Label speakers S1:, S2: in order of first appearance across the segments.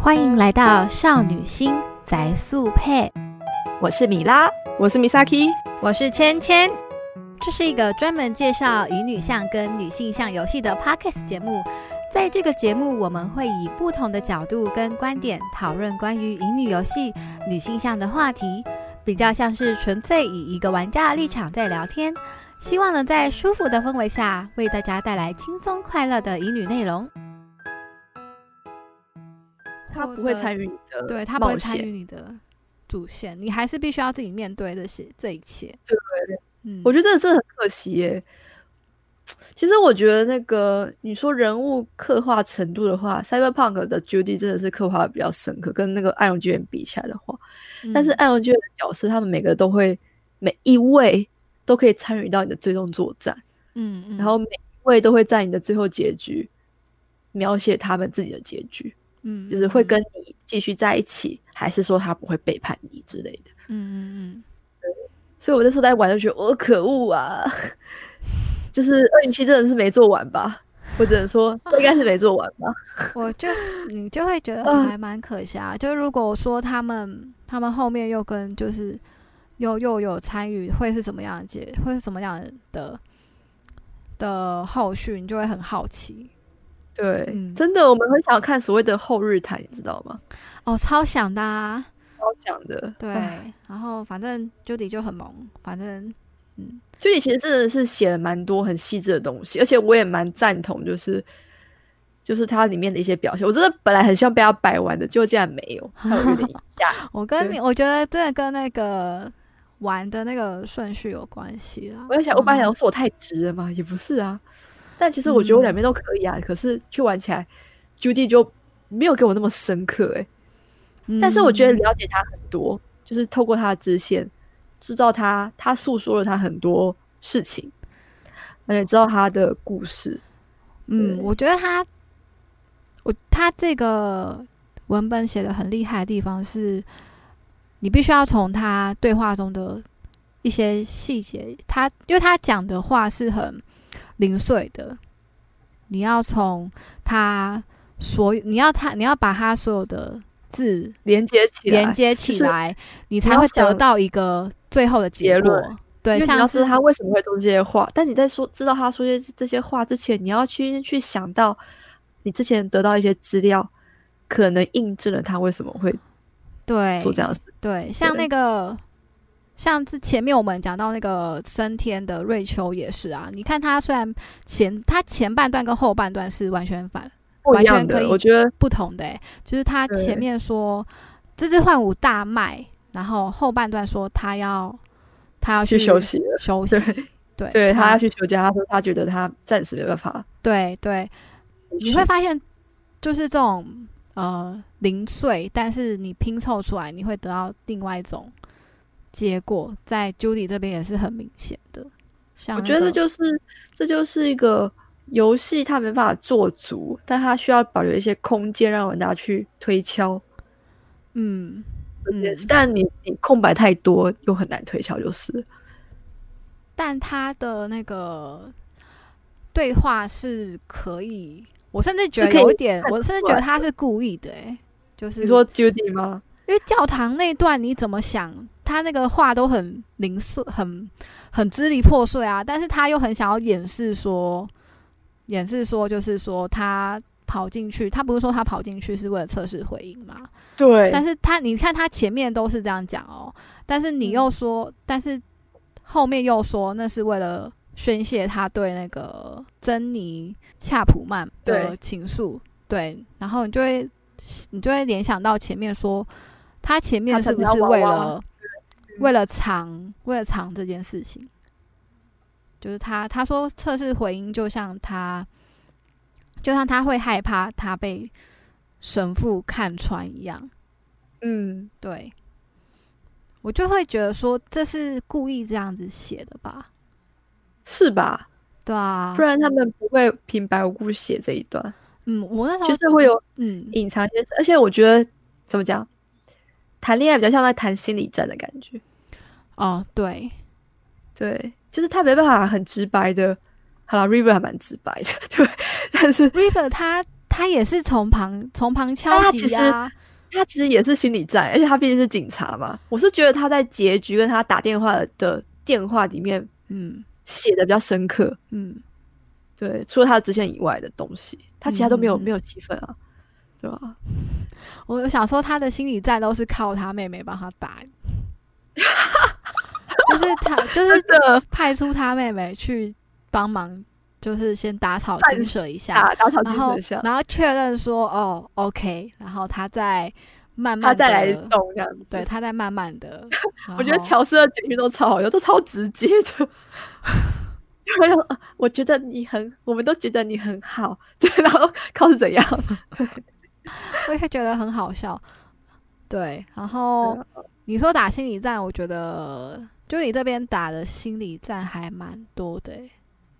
S1: 欢迎来到少女心宅速配，
S2: 我是米拉，我是 Misaki，
S3: 我是芊芊。
S1: 这是一个专门介绍乙女向跟女性向游戏的 podcast 节目。在这个节目，我们会以不同的角度跟观点讨论关于乙女游戏、女性向的话题，比较像是纯粹以一个玩家的立场在聊天。希望能在舒服的氛围下，为大家带来轻松快乐的乙女内容。
S2: 他不会参与你的，
S1: 对他不会参与你的主线，你还是必须要自己面对这些这一切。
S2: 对，
S1: 嗯，
S2: 我觉得真的是很可惜耶。其实我觉得那个你说人物刻画程度的话，《Cyberpunk》的 Judy 真的是刻画的比较深刻，跟那个《暗荣纪元》比起来的话，
S1: 嗯
S2: 但是《暗荣纪元》的角色他们每个都会，每一位都可以参与到你的最终作战，
S1: 嗯，嗯
S2: 然后每一位都会在你的最后结局描写他们自己的结局，
S1: 嗯，
S2: 就是会
S1: 嗯
S2: 跟你继续在一起，还是说他不会背叛你之类的。
S1: 嗯嗯
S2: 所以我那时候在玩就觉得，我、可恶啊！ 就是二零七真的是没做完吧，我只能说应该是没做完吧。
S1: 嗯，我就你就会觉得
S2: 啊
S1: 还蛮可惜啊。就如果说他们他们后面又跟就是又又有参与，会是什么样的结，会是什么样的的后续，你就会很好奇
S2: 对，
S1: 嗯
S2: 真的我们很想看所谓的后日谈，你知道吗？
S1: 哦，超想的、啊。
S2: 超想的。
S1: 对
S2: 唉，
S1: 然后反正 Judy 就很萌，反正嗯
S2: 就你其实真的是写了蛮多很细致的东西，而且我也蛮赞同，就是就是它里面的一些表现。我真的本来很希望被它摆完的，结果竟然没有，还有有点
S1: 我跟
S2: 对
S1: 你，我觉得真的跟那个玩的那个顺序有关系啦。
S2: 我在想，我本来
S1: 嗯嗯
S2: 想是我太直了嘛，也不是啊。但其实我觉得我两边都可以啊，可是去玩起来，Judy 就没有给我那么深刻哎、但是我觉得
S1: 嗯
S2: 了解他很多，就是透过他的支线，知道他他诉说了他很多事情，而且知道他的故事。
S1: 嗯，
S2: 对
S1: 我觉得他，我他这个文本写的很厉害的地方是，你必须要从他对话中的一些细节，他因为他讲的话是很零碎的，你要从他所有，你要他，你要把他所有的字
S2: 连接起来，
S1: 连接
S2: 就
S1: 起
S2: 是
S1: 来，你
S2: 你
S1: 才
S2: 要
S1: 会得
S2: 想
S1: 到一个最后的结
S2: 结
S1: 果
S2: 论。
S1: 对，
S2: 因为你
S1: 像
S2: 要知
S1: 是
S2: 道他为什么会说这些话，但你在说知道他说这这些话之前，你要去去想到你之前得到一些资料，可能印证了他为什么会
S1: 对
S2: 做这样的事。
S1: 对，像
S2: 对
S1: 那个，像之前面我们讲到那个升天的瑞秋也是啊，你看他虽然前他前半段跟后半段是完全反
S2: 不一
S1: 完
S2: 样
S1: 全可以
S2: 的，我觉得
S1: 不同的、欸，就是他
S2: 对
S1: 前面说这只幻舞大卖，然后后半段说他要他要
S2: 去休息了。
S1: 休息，对
S2: 对他要
S1: 他
S2: 去休假，他说他觉得他暂时没办法
S1: 对对，
S2: 回去。
S1: 你会发现，就是这种呃零碎，但是你拼凑出来，你会得到另外一种结果，在 Judy 这边也是很明显的。像
S2: 我
S1: 那
S2: 觉得
S1: 个
S2: 这就是这就是一个游戏，它没办法做足，但它需要保留一些空间让玩家去推敲
S1: 嗯
S2: 这件事
S1: 嗯
S2: 但你你空白太多，又很难推敲，就是
S1: 但他的那个对话是可以，我甚至觉
S2: 是
S1: 得
S2: 可以
S1: 有一点，
S2: 看
S1: 我甚至
S2: 出
S1: 觉得
S2: 来
S1: 他是故意的、欸，就是
S2: 你说 Judy 吗？
S1: 因为教堂那段你怎么想，他那个话都很零碎，很很支离破碎啊，但是他又很想要掩饰说，掩饰说就是说他跑进去，他不是说他跑进去是为了测试回音吗？
S2: 对
S1: 但是他你看他前面都是这样讲哦，但是你
S2: 嗯
S1: 又说，但是后面又说那是为了宣泄他对那个珍妮恰普曼的
S2: 对
S1: 情愫，对，然后你就会你就会联想到前面说他前面
S2: 他才
S1: 是不
S2: 不要
S1: 是
S2: 娃
S1: 为
S2: 娃
S1: 了为了藏为了藏这件事情，就是他他说测试回音就像他就像他会害怕他被神父看穿一样。
S2: 嗯，
S1: 对，我就会觉得说这是故意这样子写的吧？
S2: 是吧？
S1: 对啊
S2: 不，然他们不会平白无故写这一段，
S1: 嗯，我那时候
S2: 就是会有
S1: 嗯
S2: 隐藏一些事。而且我觉得怎么讲，谈恋爱比较像在谈心理战的感觉。
S1: 哦对，
S2: 对，就是他没办法很直白的。好了，River 还蛮直白的，对，但是
S1: River 他他也是从旁从旁
S2: 但
S1: 敲
S2: 他
S1: 击啊
S2: 其实
S1: 呀、
S2: 他其实也是心理战，而且他毕竟是警察嘛。我是觉得他在结局跟他打电话的电话里面
S1: 嗯
S2: 写的比较深刻，
S1: 嗯，
S2: 对，除了他的支线以外的东西，他其他都没有、
S1: 嗯
S2: 没有气氛啊，对吧、
S1: 我我想说他的心理战都是靠他妹妹帮他 打，就是他就是
S2: 真的
S1: 派出他妹妹去帮忙，就是先打草惊蛇一下，
S2: 打打草
S1: 然
S2: 惊
S1: 后
S2: 蛇下，
S1: 然后确认说哦 OK，然后他再慢慢
S2: 他
S1: 的
S2: 再来动这样子。
S1: 对，他再慢慢的，
S2: 嗯 我觉得
S1: 乔
S2: 乔斯的简讯都超好笑，都超直接的。 对啊，我觉得你很，我们都觉得你很好， 对，然后靠是怎样？
S1: 我也觉得很好笑，对，然后你说打心理战，我觉得就你这边打的心理战还蛮多的欸、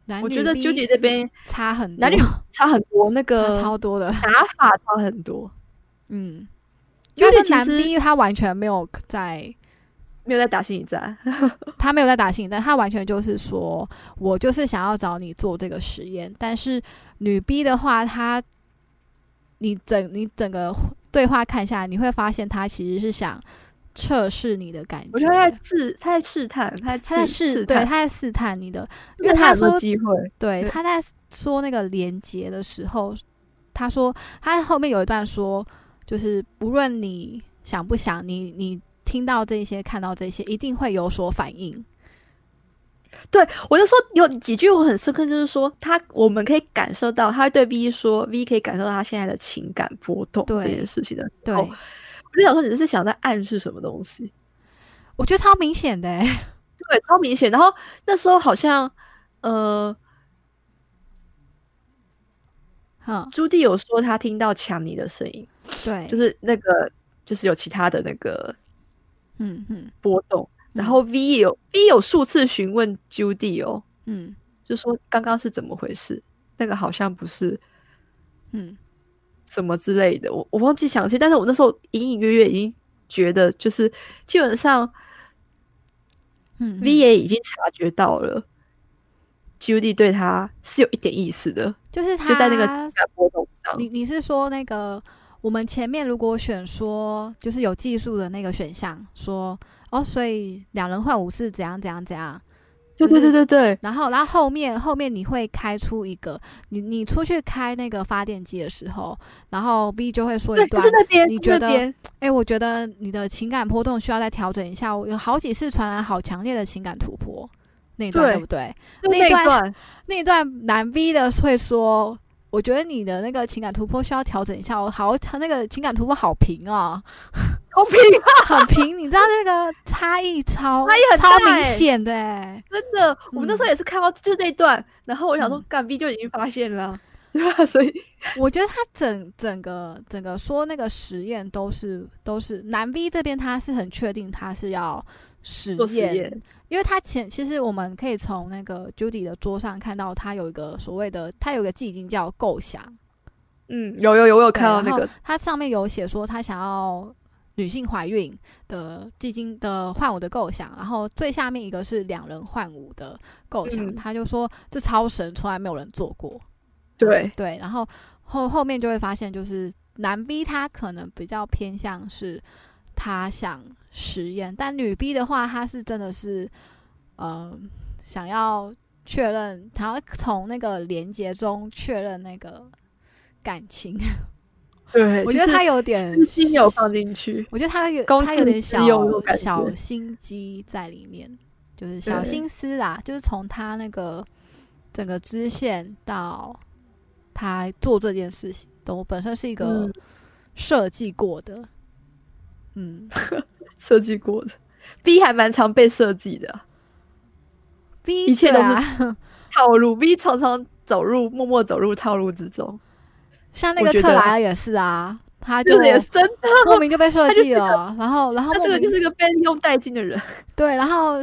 S1: 男
S2: 我
S1: 女
S2: 觉得
S1: 比
S2: Judy 这边
S1: 差很多，
S2: 男女呃差很多，那
S1: 差
S2: 个
S1: 超多的，
S2: 打法差很多。
S1: 嗯，因
S2: Judy
S1: 为
S2: 其
S1: 男
S2: 实
S1: B 他完全没有在，
S2: 没有在打心理战，
S1: 他没有在打心理战，他完全就是说我就是想要找你做这个实验，但是女 B 的话，她你整你整个对话看下来，你会发现她其实是想测试你的感觉，
S2: 我觉得 他在试，他在试探，他在
S1: 他在
S2: 试
S1: 试，对，
S2: 探，
S1: 他在试探你的，
S2: 因
S1: 因为
S2: 他
S1: 他
S2: 有没有
S1: 说
S2: 机会，
S1: 对，
S2: 对
S1: 他在说那个连接的时候，他说他后面有一段说，就是无论你想不想，你你听到这些，看到这些，一定会有所反应。
S2: 对我就说有几句我很深刻，就是说他我们可以感受到，他会对 V 说，V 可以感受到他现在的情感波动
S1: 对
S2: 这件事情的时
S1: 对，
S2: 候，我就想说你是想在暗示什么东西？
S1: 我觉得超明显的、欸，
S2: 对，超明显。然后那时候好像呃，
S1: 嗯，
S2: 朱棣有说他听到强尼的声音，
S1: 对，
S2: 就是那个就是有其他的那个
S1: 嗯嗯
S2: 波动。然后 V 也有 V 有数次询问 Judy 哦，
S1: 嗯
S2: 就说刚刚是怎么回事，那个好像不是
S1: 嗯，
S2: 什么之类的，我我忘记详细，但是我那时候隐隐约约已经觉得，就是基本上
S1: 嗯
S2: V 也已经察觉到了、Judy 对他是有一点意思的，
S1: 就是他
S2: 就在那个情感波动上，
S1: 你你是说那个我们前面如果选说就是有技术的那个选项，说哦，所以两人换武士怎样怎样怎样，
S2: 对对对对对，
S1: 然后然后后面后面你会开出一个，你你出去开那个发电机的时候，然后 V 就会说一
S2: 对就
S1: 段
S2: 是，那边，
S1: 你
S2: 就
S1: 觉
S2: 是
S1: 得
S2: 那边
S1: 哎，我觉得你的情感波动需要再调整一下，我有好几次传来好强烈的情感突破，那一段
S2: 对
S1: 对不对？
S2: 就
S1: 那一
S2: 那一
S1: 段
S2: 段，
S1: 那一段男 V 的会说，我觉得你的那个情感突破需要调整一下，我好他那个情感突破好平 啊，
S2: 好平，
S1: 很平，你知道那个差异超
S2: 差异很
S1: 超
S2: 大
S1: 明
S2: 欸
S1: 显的、欸，
S2: 真的，我们那时候也是看到就是那一段，然后我想说
S1: 嗯，
S2: 干 V 就已经发现了啊，对吧？ 所以
S1: 我觉得他整整个整个说那个实验都是都是男 V 这边他是很确定他是要实
S2: 做实
S1: 验，
S2: 验，
S1: 因为他前其实我们可以从那个 Judy 的桌上看到他有一个所谓的他有一个记已经叫构想，
S2: 嗯，有有有，我有
S1: 对
S2: 看到那
S1: 然后
S2: 个，
S1: 他上面有写说他想要女性怀孕的基金的换舞的构想，然后最下面一个是两人换舞的构想，
S2: 嗯
S1: 他就说这超神，从来没有人做过。
S2: 对，
S1: 对，然后后后面就会发现，就是男 B 他可能比较偏向是他想实验，但女 B 的话，他是真的是嗯、呃想要确认，想要从那个连接中确认那个感情。
S2: 对，
S1: 我觉得
S2: 就是
S1: 他有点
S2: 私心有放进去，
S1: 我觉得他有
S2: 公
S1: 他
S2: 器
S1: 有点
S2: 私用那种
S1: 小
S2: 感觉
S1: 小心机在里面，就是小
S2: 对
S1: 心思啦，就是从他那个整个支线到他做这件事情，都本身是一个
S2: 嗯
S1: 设计过的， 嗯
S2: 设计过的。B 还蛮常被设计的啊
S1: ，B
S2: 一切
S1: 对
S2: 都是
S1: 啊，
S2: 套路，B 常常走入默默走入套路之中，
S1: 像那
S2: 我
S1: 个
S2: 觉
S1: 克
S2: 得啊
S1: 莱尔也是啊，他就
S2: 就是也是真的，
S1: 莫名就被设
S2: 他就
S1: 计
S2: 是个
S1: 了，然后然后
S2: 他
S1: 莫
S2: 这个就
S1: 名
S2: 是个被利用殆尽的人。
S1: 对，然后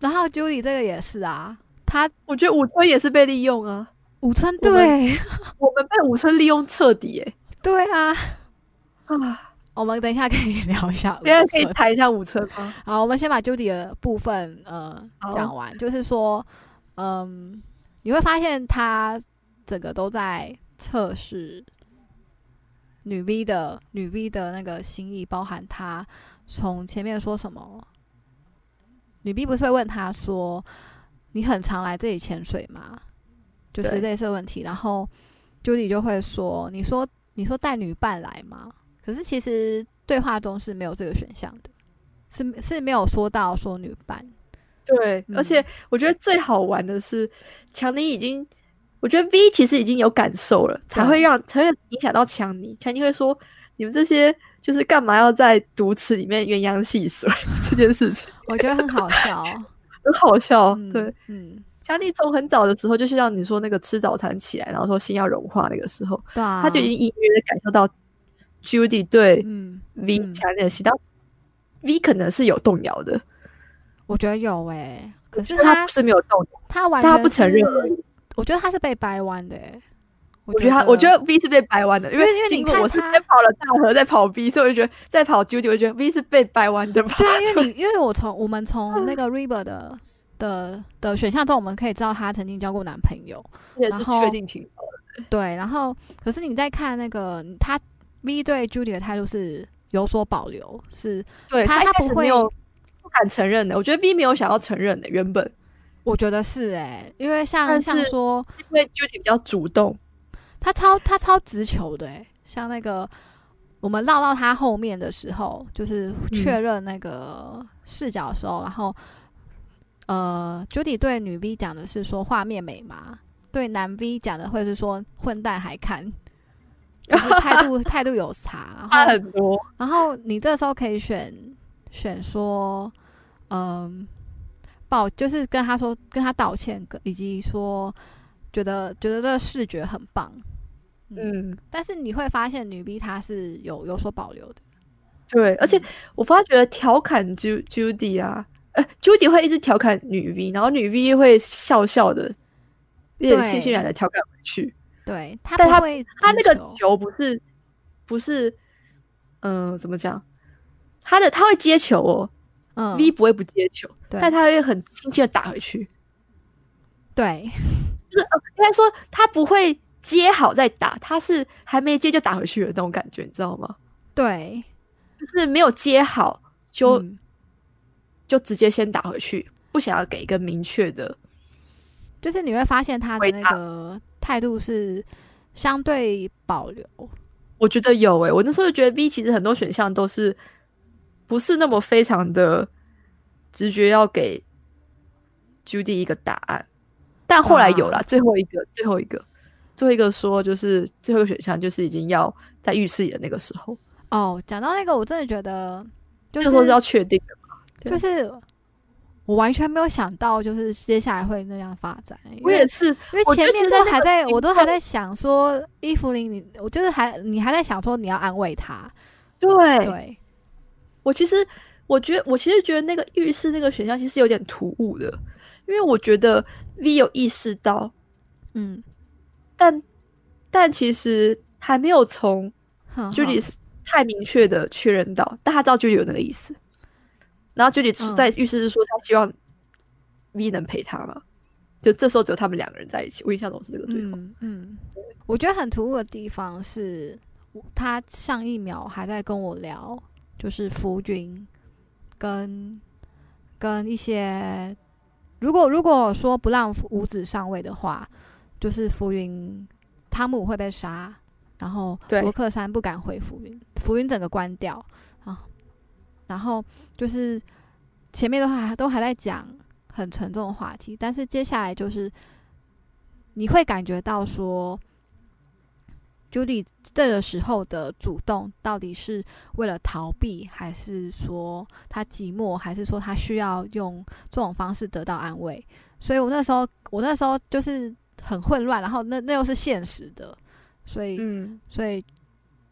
S1: 然后 Judy 这个也是啊，他
S2: 我觉得武村也是被利用啊，
S1: 武川
S2: 我们
S1: 对
S2: 我们被武村利用彻底哎、
S1: 对啊，
S2: 啊！
S1: 我们等一下可以 聊一下武
S2: 现在可以
S1: 村
S2: 谈一下武村吗？
S1: 好，我们先把 Judy 的部分呃
S2: 好
S1: 讲完，就是说，嗯，你会发现他整个都在测试女 V 的女 V 的那个心意，包含她从前面说什么，女 B 不是会问她说：“你很常来这里潜水吗？”就是
S2: 对
S1: 类似的问题，然后 Judy 就会说：“你说你说带女伴来吗？”可是其实对话中是没有这个选项的，是是没有说到说女伴，
S2: 对，而且我觉得最好玩的是，强尼已经，我觉得 V 其实已经有感受了，才会
S1: 对
S2: 让才会影响到强尼。强尼会说：“你们这些就是干嘛要在毒池里面鸳鸯戏水这件事情
S1: 我觉得很好 笑。
S2: 很好笑。
S1: 嗯
S2: 哦对，，
S1: 嗯，
S2: 强尼从很早的时候，就是像你说那个吃早餐起来，然后说心要融化那个时候，
S1: 对啊，
S2: 他就已经隐约的感受到 Judy 对
S1: 嗯，
S2: V
S1: 嗯
S2: 强烈的吸，但 V 可能是有动摇的，
S1: 我觉得有诶、可是
S2: 但他
S1: 他
S2: 不是没啊有动摇，
S1: 他完
S2: 但
S1: 全
S2: 他不承认
S1: 是
S2: 而已。
S1: 我觉得他是被掰弯的、欸，我
S2: 我觉得他，我觉得 V 是被掰弯的，因为
S1: 因为你
S2: 经过
S1: 看
S2: 我是
S1: 他
S2: 先跑了大河，再跑 B，所以我就觉得再跑 Judy，我就觉得 V 是被掰弯的吧？
S1: 对，因为你因为我从 我
S2: 嗯
S1: 们从那个 River 的的的选项中，我们可以知道他曾经交过男朋友，
S2: 而且
S1: 然
S2: 是
S1: 后
S2: 确定情况，
S1: 对，然后可是你在看那个他 V 对 Judy 的态度是有所保留，是
S2: 对
S1: 他
S2: 他一
S1: 他
S2: 开
S1: 不
S2: 始
S1: 会
S2: 没有不敢承认的，我觉得 V 没有想要承认的，原本
S1: 我觉得是诶、因为像
S2: 但
S1: 像
S2: 是
S1: 说
S2: 是因为 Judy 比较主动，
S1: 他超他超直球的、欸，像那个我们绕到他后面的时候，就是确认那个视角的时候，然后呃，Judy 对女 V 讲的是说画面美吗？对男 V 讲的会是说混蛋还看，就是态度态度有差。
S2: 差
S1: 然后
S2: 很多。
S1: 然后你这时候可以选选说，嗯，抱就是跟他说跟他道歉，跟以及说觉得觉得这个视觉很棒，
S2: 嗯，
S1: 但是你会发现女 B 她是有有所保留的，
S2: 对，而且我发觉调侃 Ju Judy 啊，呃，Judy 会一直调侃女 V，然后女 V 会笑笑的，有点悻悻然的调侃回去。
S1: 对她
S2: 但
S1: 不
S2: 她
S1: 会直
S2: 他那个
S1: 球
S2: 球不是不是，嗯、怎么讲？他的他会接球哦、
S1: 嗯
S2: v 不会不接球，
S1: 对
S2: 但他会很轻轻的打回去。
S1: 对
S2: 应该说他不会接好再打，他是还没接就打回去的那种感觉，你知道吗？
S1: 对
S2: 就是没有接好就、
S1: 嗯
S2: 就直接先打回去，不想要给一个明确的。
S1: 就是你会发现她的
S2: 回
S1: 那
S2: 答
S1: 个态度是相对保留，
S2: 我觉得有诶、欸我那时候就觉得 V 其实很多选项都是不是那么非常的直觉要给 Judy 一个答案，但后来有了、
S1: 啊
S2: 最后一个，最后一个，最后一个说就是最后一个选项就是已经要在浴室里的那个时候，
S1: 哦，讲到那个我真的觉得就
S2: 那时候
S1: 是
S2: 是要确定的嘛。对
S1: 就是我完全没有想到，就是接下来会那样发展，因
S2: 我
S1: 为
S2: 也是，
S1: 因为
S2: 我
S1: 前
S2: 觉得
S1: 面
S2: 其实在
S1: 都
S2: 那
S1: 还
S2: 个
S1: 在，
S2: 情
S1: 我都还在想说伊芙琳，你我就是还你还在想说你要安慰她，
S2: 对
S1: 对
S2: 我其实我觉得我其实觉得那个浴室那个选项其实有点突兀的，因为我觉得 V 有意识到，
S1: 嗯，
S2: 但但其实还没有从
S1: 哼
S2: Judy 是太明确的确认到，但他知道 Judy 有那个意思。然后 Judy 是
S1: 嗯
S2: 在浴室是说他希望 V 能陪他嘛，就这时候只有他们两个人在一起。我印象中是这个对话。
S1: 嗯嗯，我觉得很突兀的地方是，他上一秒还在跟我聊，就是浮云跟跟一些，如果如果说不让五指上位的话，就是浮云汤姆会被杀，然后
S2: 对
S1: 罗克山不敢回浮云，浮云整个关掉啊，然后就是前面的话都还在讲很沉重的话题，但是接下来就是你会感觉到说，Judy 这个时候的主动到底是为了逃避，还是说他寂寞，还是说他需要用这种方式得到安慰？所以我那时候，我那时候就是很混乱，然后那那又是现实的，所以
S2: 嗯，
S1: 所以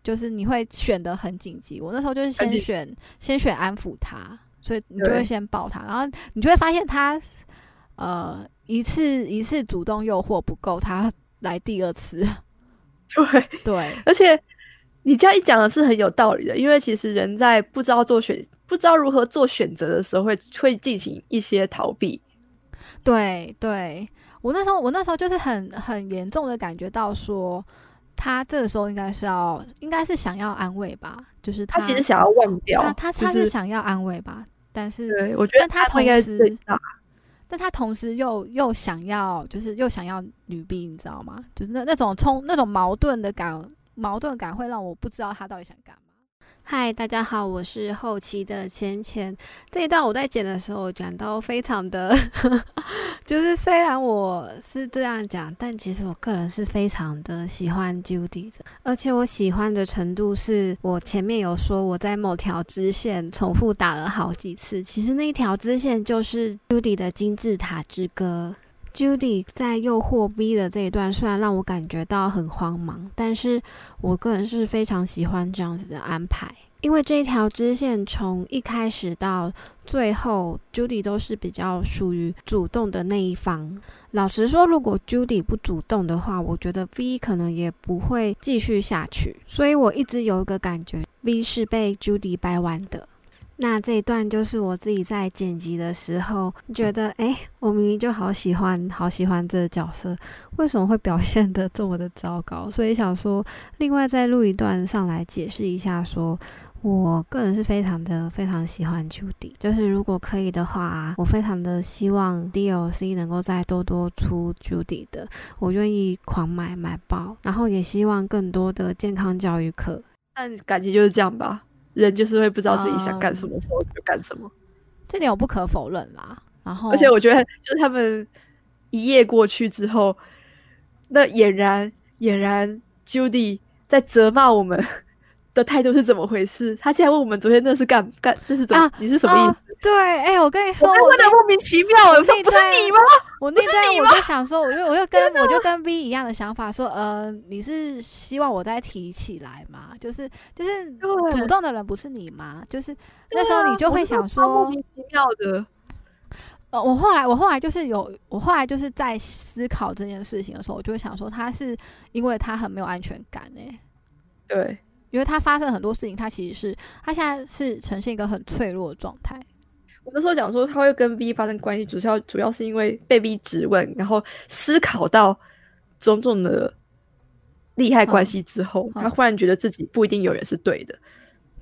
S1: 就是你会选的很紧急。我那时候就是
S2: 很
S1: 先
S2: 紧
S1: 选先选安抚他，所以你就会
S2: 对
S1: 先抱他，然后你就会发现他呃一次一次主动诱惑不够，他来第二次。
S2: 对。
S1: 对，
S2: 而且你这样一讲的是很有道理的，因为其实人在不知道做选、不知道如何做选择的时候会，会进行一些逃避。
S1: 对对，我那时候我那时候就是很很严重的感觉到说，他这个时候应该是要，应该是想要安慰吧，就是
S2: 他
S1: 他
S2: 其实想要忘掉
S1: 他，他
S2: 就
S1: 他是
S2: 是
S1: 想要安慰吧，但是
S2: 对，我觉得
S1: 但他
S2: 应该是
S1: 同时
S2: 最大
S1: 但他同时又又想要，就是又想要女兵，你知道吗？就是那那种冲那种矛盾的感，矛盾感会让我不知道他到底想干嘛。嗨，大家好，我是后期的芊芊。这一段我在剪的时候，我感到非常的， 就是虽然我是这样讲，但其实我个人是非常的喜欢 Judy 的，而且我喜欢的程度是我前面有说我在某条支线重复打了好几次，其实那一条支线就是 Judy 的《金字塔之歌》。Judy 在诱惑 V 的这一段，虽然让我感觉到很慌忙，但是我个人是非常喜欢这样子的安排，因为这一条支线从一开始到最后，Judy 都是比较属于主动的那一方。老实说，如果 Judy 不主动的话，我觉得 V 可能也不会继续下去。所以我一直有一个感觉，V 是被 Judy 掰弯的。那这一段就是我自己在剪辑的时候觉得，哎，我明明就好喜欢，好喜欢这个角色，为什么会表现得这么的糟糕？所以想说，另外再录一段上来解释一下说我个人是非常的非常喜欢 Judy，就是如果可以的话，我非常的希望 DLC 能够再多多出 Judy 的，我愿意狂买买爆，然后也希望更多的健康教育课。
S2: 但感情就是这样吧，人就是会不知道自己
S1: 啊
S2: 想干什么时候就干什么。
S1: 这点我不可否认啦。然后，
S2: 而且我觉得，就是他们一夜过去之后，那俨然俨然 Judy 在责骂我们 的态度是怎么回事？他竟然问我们昨天那是干干那是怎么、
S1: 啊
S2: 你是什么意思？
S1: 对，哎、我跟你说，
S2: 我
S1: 我
S2: 问的莫名其妙、欸，我说
S1: 那
S2: 不是
S1: 段
S2: 你吗？
S1: 我那段我就想说，我就我就跟我就跟 V 一样的想法，说，呃，你是希望我再提起来吗？就是就是
S2: 对
S1: 主动的人不是你吗？就是那时候你就会想
S2: 对
S1: 说
S2: 啊我就，莫名其妙的，
S1: 呃，我后来我后来就是有，我后来就是在思考这件事情的时候，我就会想说，他是因为他很没有安全感欸诶、
S2: 对
S1: 因为他发生很多事情，他其实是他现在是呈现一个很脆弱的状态。
S2: 我那时候讲说他会跟 V 发生关系，主要主要是因为被 V 质问，然后思考到种种的利害关
S1: 嗯
S2: 系之后，
S1: 嗯
S2: 他忽然觉得自己不一定永远是对的，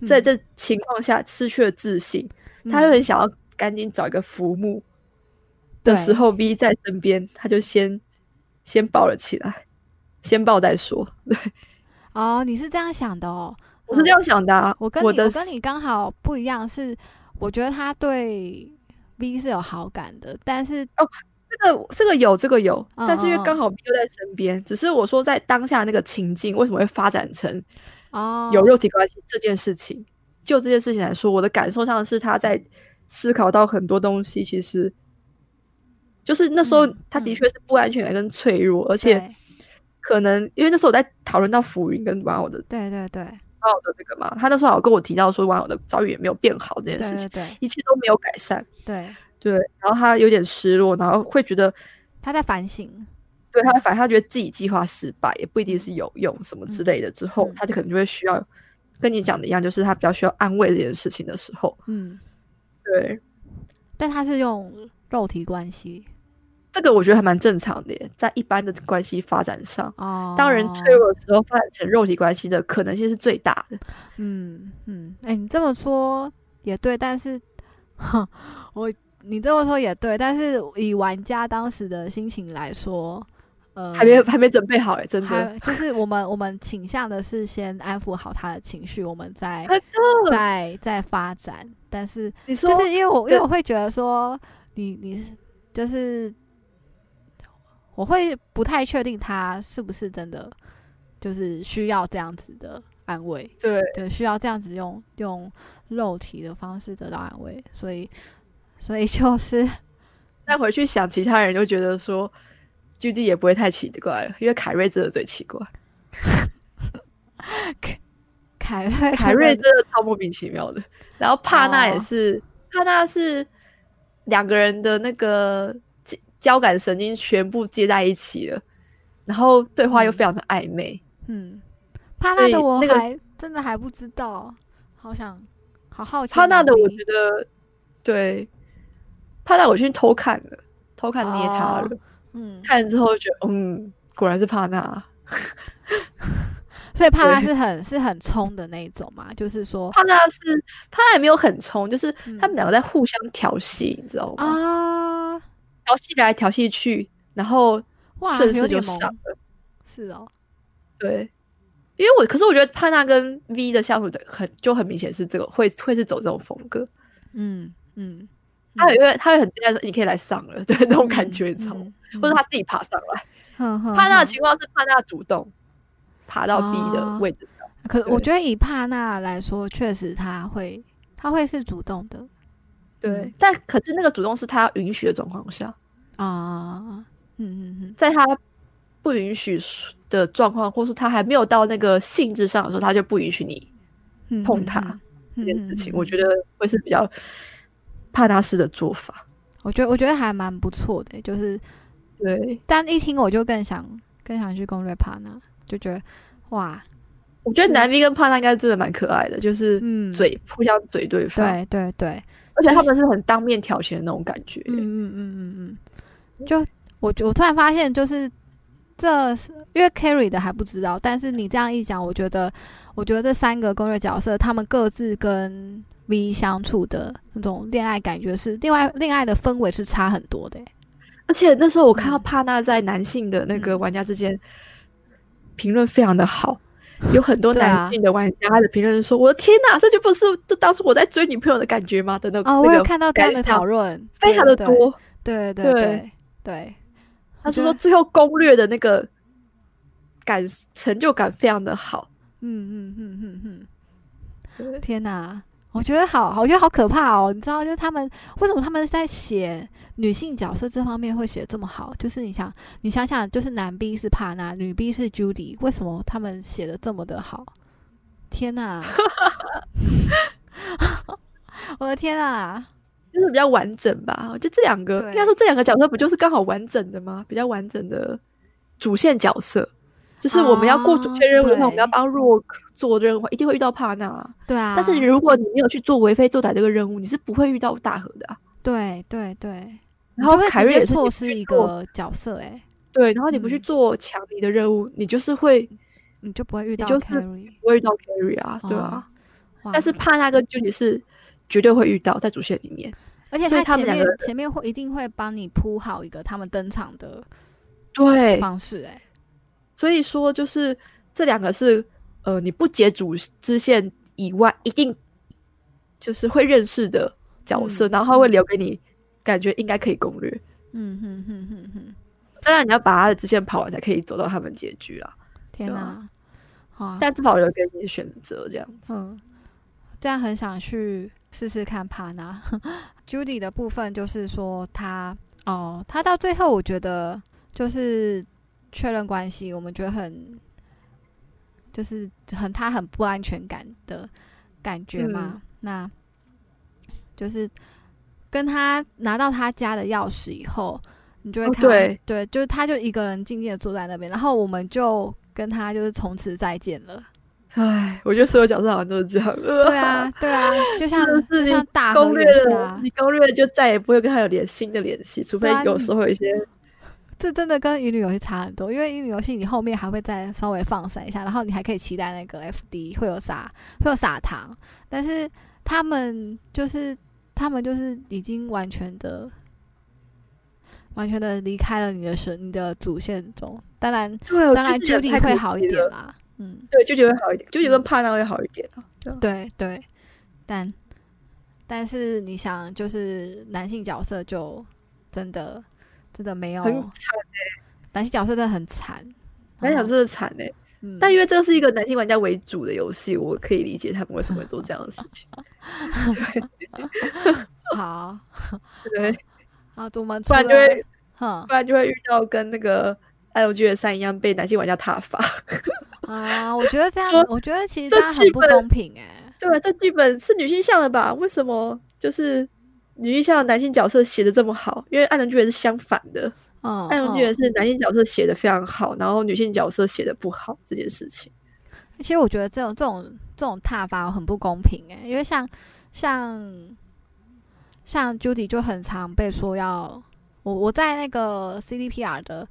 S1: 嗯
S2: 在这情况下失去了自信，他会很想要赶紧找一个浮木的时，候，V 在身边，他就先先抱了起来，先抱再说。对
S1: 嗯哦，你是这样想的哦。
S2: 我是这样想的、啊，
S1: 我跟你
S2: 我
S1: 我
S2: 的
S1: 跟你刚好不一样，是我觉得他对 V 是有好感的，但是
S2: 这个这个有这个有，
S1: 嗯
S2: 但是因为
S1: 嗯嗯
S2: 刚好 V 又在身边，只是我说在当下那个情境为什么会发展成
S1: 哦，
S2: 有肉体关系这件事情，就这件事情来说，我的感受上是他在思考到很多东西，其实就是那时候
S1: 嗯
S2: 他的
S1: 嗯
S2: 确是不安全感跟脆弱，而且
S1: 对
S2: 可能因为那时候我在讨论到浮云跟玩偶的
S1: 对对对
S2: 玩偶的这个嘛，他那时候有跟我提到说玩偶的遭遇也没有变好这件事
S1: 对
S2: 情，
S1: 对对
S2: 一切都没有改善，
S1: 对，
S2: 对，然后他有点失落，然后会觉得
S1: 他在反省，
S2: 对他反正他觉得自己计划失败，也不一定是有用什么之类的，之后
S1: 嗯
S2: 他就可能就会需要跟你讲的一样，就是他比较需要安慰这件事情的时候，
S1: 嗯，
S2: 对。
S1: 但他是用肉体关系
S2: 这个我觉得还蛮正常的耶，在一般的关系发展上，
S1: 哦，
S2: 当人脆，弱的时候，发展成肉体关系的可能性是最大的。
S1: 嗯嗯，哎、你这么说也对，但是，哼，我你这么说也对，但是以玩家当时的心情来说，呃，
S2: 还没还没准备好哎，真的，
S1: 还就是我们我们倾向的是先安抚好他的情绪，我们再
S2: 真的，
S1: 再再发展。但是
S2: 你说
S1: 就是因为我因
S2: 对
S1: 为我会觉得说你你就是我会不太确定他是不是真的就是需要这样子的安慰，
S2: 对，
S1: 对，需要这样子用用肉体的方式得到安慰，所以所以就是
S2: 但回去想其他人，就觉得说，G D 也不会太奇怪了，因为凯瑞真的最奇怪，
S1: 凯瑞
S2: 凯
S1: 真
S2: 瑞
S1: 的
S2: 真的超莫名其妙的。然后帕纳也
S1: 哦
S2: 是，帕纳是两个人的那个交交感神经全部接在一起了，然后对话又
S1: 嗯
S2: 非常的暧昧。
S1: 嗯，帕
S2: 所
S1: 纳
S2: 以
S1: 的我还、
S2: 那个
S1: 真的还不知道，好想好好奇
S2: 帕纳的，我
S1: 你
S2: 觉得对，帕纳我去偷看了，偷看捏他了，
S1: 嗯，哦
S2: 看了之后觉得嗯，果然是帕纳，
S1: 所以帕拉是很是很冲的那一种嘛，就是说
S2: 帕纳是帕纳也没有很冲，就是
S1: 嗯
S2: 他们两个在互相调戏，你知道吗？
S1: 啊，
S2: 调戏来调戏去，然后
S1: 哇，
S2: 顺势
S1: 有
S2: 就
S1: 点
S2: 上
S1: 萌，
S2: 了。
S1: 是哦，
S2: 对，因为我可是我觉得帕纳跟 V 的相处的很就很明显是这个会会是走这种风格，
S1: 嗯嗯，
S2: 他也会他会很直接说你可以来上了，对那种
S1: 嗯
S2: 感觉，你知道吗？或者他自己爬上来。
S1: 他
S2: 帕纳的情况是帕纳主动爬到 B
S1: 哦
S2: 的位置上，
S1: 可我
S2: 对
S1: 觉得以帕纳来说，确实他会，他会是主动的嗯
S2: 对，但可是那个主动是他允许的状况下，
S1: 啊，嗯嗯
S2: 在他不允许的状况，或是他还没有到那个性质上的时候，他就不允许你
S1: 嗯，
S2: 碰他这件事情，我觉
S1: 得，
S2: 得会是比较帕纳式的做法。
S1: 我觉得，我觉得还蛮不错的，就是
S2: 对，
S1: 但一听我就更想更想去攻略帕纳，就觉得哇，
S2: 我觉得
S1: 是
S2: 南 V 跟帕纳应该真的蛮可爱的，就是
S1: 嗯，
S2: 嘴、互相嘴对方，
S1: 对对对，
S2: 而且他们是很当面挑衅的那种感觉。
S1: 嗯嗯嗯嗯嗯，就我我突然发现，就是这因为 carry 的还不知道，但是你这样一讲，我觉得我觉得这三个攻略角色，他们各自跟 V 相处的那种恋爱感觉是另外恋爱的氛围是差很多的欸、
S2: 而且那时候我看到
S1: 嗯
S2: 帕纳在男性的那个
S1: 嗯
S2: 玩家之间评论非常的好，有很 多
S1: 对啊
S2: 男性的玩家他的评论就说：“我的天呐，这就不是就当初我在追女朋友的感觉吗？”的那个、
S1: 哦，我
S2: 那
S1: 有
S2: 个
S1: 看到这样的
S2: 感想
S1: 讨论，
S2: 非常的
S1: 对，
S2: 多。
S1: 对对对
S2: 对
S1: 对对，
S2: 他是
S1: 我觉
S2: 说
S1: 得
S2: 最后攻略的那个感成就感非常的好。
S1: 嗯嗯嗯嗯嗯。
S2: 对
S1: 天哪，我觉得好，我觉得好可怕哦！你知道，就是他们为什么他们在写女性角色这方面会写得这么好？就是你想，你想想，就是男 B 是帕纳，女 B 是 Judy，为什么他们写的这么的好？天 哪！我的天啊！
S2: 就是比较完整吧，我觉得这两个
S1: 对
S2: 应该说这两个角色不就是刚好完整的吗？比较完整的主线角色，就是我们要过主
S1: 啊
S2: 线任务的话，我们要
S1: 对
S2: 帮若做任务，一定会遇到帕纳啊、
S1: 对啊，
S2: 但是如果你没有去做为非作歹这个任务，你是不会遇到大河的啊、
S1: 对对对，你
S2: 然后
S1: 就会
S2: 凯
S1: 直
S2: 瑞
S1: 接
S2: 也是你
S1: 错
S2: 不
S1: 失
S2: 去
S1: 一
S2: 做
S1: 个角色、欸，哎，
S2: 对，然后你不去
S1: 嗯
S2: 做强敌的任务，你就是会
S1: 你就不会遇到
S2: 就是
S1: carry，
S2: 不会遇到 carry 啊，对啊。
S1: 哦哇
S2: 但是帕纳跟 j u 是绝对会遇到在主线里面，
S1: 而且
S2: 所以
S1: 他
S2: 他
S1: 前
S2: 们两
S1: 面
S2: 个人
S1: 前面会一定会帮你铺好一个他们登场的
S2: 对，
S1: 方式、哎。
S2: 所以说，就是这两个是呃，你不解主支线以外，一定就是会认识的角色，
S1: 嗯
S2: 然后他会留给你感觉应该可以攻略。
S1: 嗯哼哼哼哼，
S2: 当然，你要把他的支线跑完，才可以走到他们结局啊。
S1: 天
S2: 对
S1: 哪
S2: 啊！
S1: 好，
S2: 但至少留给你选择，这样
S1: 嗯，这样很想去试试看帕纳。Judy 的部分就是说他哦，他到最后我觉得就是确认关系，我们觉得很就是很他很不安全感的感觉嘛，
S2: 嗯
S1: 那就是跟他拿到他家的钥匙以后，你就会
S2: 哦
S1: 看到、
S2: 对
S1: 对，就是他就一个人静静的坐在那边，然后我们就跟他就是从此再见了。
S2: 唉，我觉得所有角色好像都是这样。呃
S1: 对啊，对啊，就 像
S2: 真的是
S1: 就
S2: 你
S1: 像大
S2: 攻
S1: 河
S2: 略
S1: 也是
S2: 了，
S1: 啊，
S2: 你攻略了就再也不会跟他有联新的联系，除非
S1: 对啊
S2: 有时候有一些
S1: 这真的跟乙女游戏差很多，因为乙女游戏你后面还会再稍微放散一下，然后你还可以期待那个 FD 会有撒会有撒糖，但是他们就是他们就是已经完全的。完全的离开了你的神，你的主线中，当然，
S2: 对，我
S1: 当然
S2: 觉得这也
S1: Judy
S2: 太
S1: 会
S2: 可
S1: 好
S2: 惜
S1: 一点
S2: 了，
S1: 啦，嗯，
S2: 对，Judy 会好一点
S1: 嗯
S2: ，Judy
S1: 哦
S2: 跟帕娜会好一点啊。
S1: 对对，但但是你想，就是男性角色就真的真的没有，
S2: 很惨
S1: 男性角色真的很惨。
S2: 男
S1: 然
S2: 角
S1: 后
S2: 真的惨哎、
S1: 嗯
S2: 但因为这是一个男性玩家为主的游戏，我可以理解他们为什么会做这样的事 情。
S1: 好，
S2: 对，
S1: 好，我们
S2: 不然
S1: 除
S2: 就
S1: 了
S2: 会
S1: 哼
S2: 不然就会遇到跟那个 L G 的三一样被男性玩家踏伐。
S1: 啊，我觉得这样
S2: 说，
S1: 我觉得其实
S2: 这
S1: 这样
S2: 剧
S1: 很不
S2: 本
S1: 公平哎、
S2: 对，啊这剧本是女性向的吧？为什么就是女性向的男性角色写的这么好？因为暗龙剧本是相反的，
S1: 嗯，
S4: 哦
S2: 暗龙剧
S1: 嗯
S2: 本是男性角色写的非常好，然后女性角色写的不好这件事情。
S1: 其实我觉得这种这种这种踏伐很不公平哎、因为像像像 Judy 就很常被说要我我在那个 CDPR 的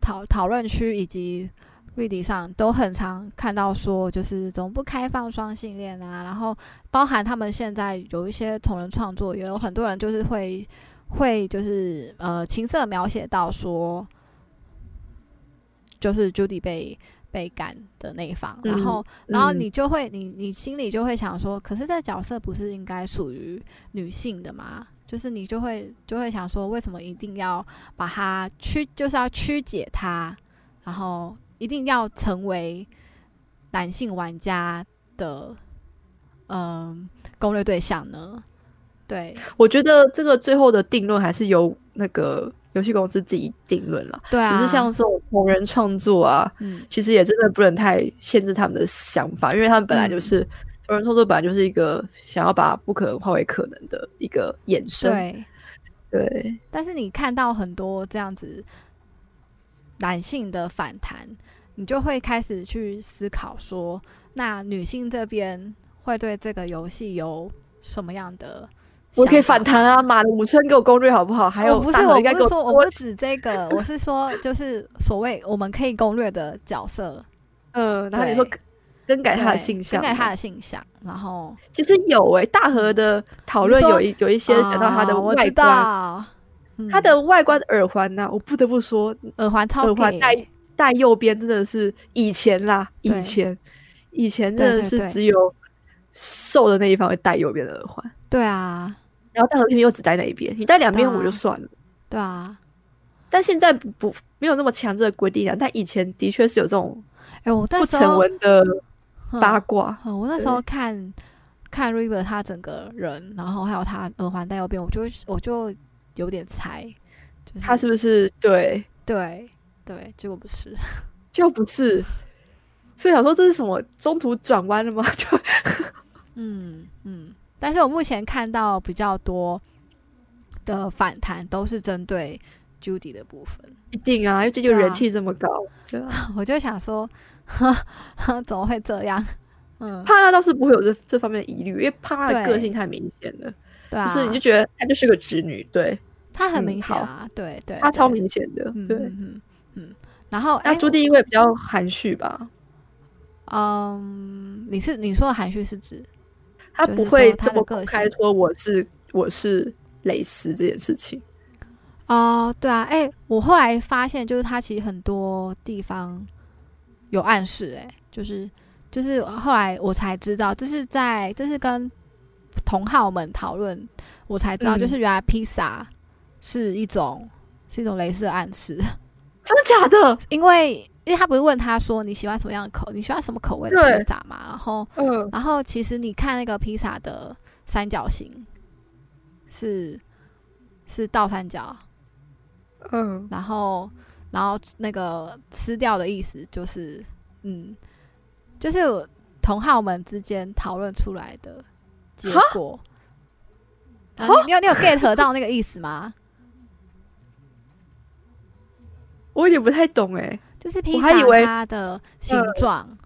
S1: 讨讨论区以及
S4: 瑞迪上都很常看到说，就是怎么不开放双性恋啊，然后包含他们现在有一些同人创作，也有很多人就是会会就是呃情色描写到说，就是 Judy 被被赶的那一方，然后然后
S2: 嗯
S4: 你就会你你心里就会想说，可是这角色不是应该属于女性的吗？就是你就会就会想说，为什么一定要把它曲，就是要曲解它，然后一定要成为男性玩家的嗯、攻略对象呢？对
S2: 我觉得这个最后的定论还是由那个游戏公司自己定论了。
S4: 对啊，
S2: 只是像这种同人创作啊，
S4: 嗯
S2: 其实也真的不能太限制他们的想法，因为他们
S4: 嗯
S2: 本来就是、同人创作，本来就是一个想要把不可能化为可能的一个衍生。
S4: 对，
S2: 对，
S4: 但是你看到很多这样子男性的反弹，你就会开始去思考说，那女性这边会对这个游戏有什么样的？
S2: 我可以反弹啊！马的五村给我攻略好不好？还有
S4: 我不是
S2: 大头
S4: 我
S2: 应该
S4: 不
S2: 给
S4: 是说
S2: 多
S4: 我不指这 个，我是说就是所谓我们可以攻略的角色，
S2: 嗯，然后你说
S4: 对
S2: 更改他的
S4: 对
S2: 性向，
S4: 更改他的性向，然后
S2: 其实有诶、大河的讨论
S4: 你说
S2: 有一有一些讲到他的
S4: 啊我
S2: 外
S4: 知
S2: 观，
S4: 道，嗯
S2: 他的外观耳环呐、我不得不说
S4: 耳环超
S2: 耳环
S4: 给
S2: 戴戴右边真的是以前啦，
S4: 对
S2: 以前以前
S4: 对
S2: 真的
S4: 对
S2: 是
S4: 对
S2: 只有瘦的那一方会戴右边的耳环，
S4: 对啊，
S2: 然后大河偏偏又只戴那一边，你戴两边
S4: 对啊
S2: 我就算了。
S4: 对啊，
S2: 但现在不不没有那么强制的规定啊，但以前的确是有这种
S4: 哎、我那
S2: 不
S4: 时
S2: 成
S4: 候
S2: 文的
S4: 嗯
S2: 八卦。
S4: 嗯，我那时候看看 River 他整个人，然后还有他耳环戴右边，我就我就有点猜，就是
S2: 他是不是对？
S4: 对对，结果不是，
S2: 就不是，所以想说这是什么中途转弯了吗？ 就
S4: 嗯嗯，但是我目前看到比较多的反弹都是针对 Judy 的部分，
S2: 一定啊，因为这就
S4: 对啊
S2: 人气这么高，对啊，
S4: 我就想说， 呵呵怎么会这样？嗯，
S2: 帕拉倒是不会有这这方面的疑虑，因为帕拉的
S4: 对
S2: 个性太明显了，
S4: 对啊，
S2: 就是你就觉得她就是个直女，对，
S4: 他很
S2: 嗯
S4: 明显
S2: 好
S4: 啊，对对，
S2: 她
S4: 对
S2: 超明显的，
S4: 嗯
S2: 对。
S4: 嗯嗯嗯，然后
S2: 那
S4: 哎
S2: 朱棣因为比较含蓄吧，
S4: 嗯，你是你说的含蓄是指？
S2: 她
S4: 就是
S2: 不会
S4: 说她
S2: 这么
S4: 的个
S2: 公
S4: 性
S2: 开说我是我是蕾丝这件事情。
S4: 哦，对啊，哎、我后来发现，就是他其实很多地方有暗示、哎，就是就是后来我才知道，这是在这是跟同好们讨论，我才知道，
S2: 嗯
S4: 就是原来披萨是一种是一种类似的暗示，
S2: 真的假的？
S4: 因为因为他不是问他说你喜欢什么样的口，你喜欢什么口味的
S2: 对
S4: 披萨嘛，然后
S2: 嗯，
S4: 然后其实你看那个披萨的三角形是是倒三角。
S2: 嗯，
S4: 然后然后那个吃掉的意思就是，嗯，就是我同好们之间讨论出来的结果。啊、你你有你有 get 到那个意思吗？
S2: 我有点不太懂哎、
S4: 就是披
S2: 我还以为呃
S4: 萨它的形状，以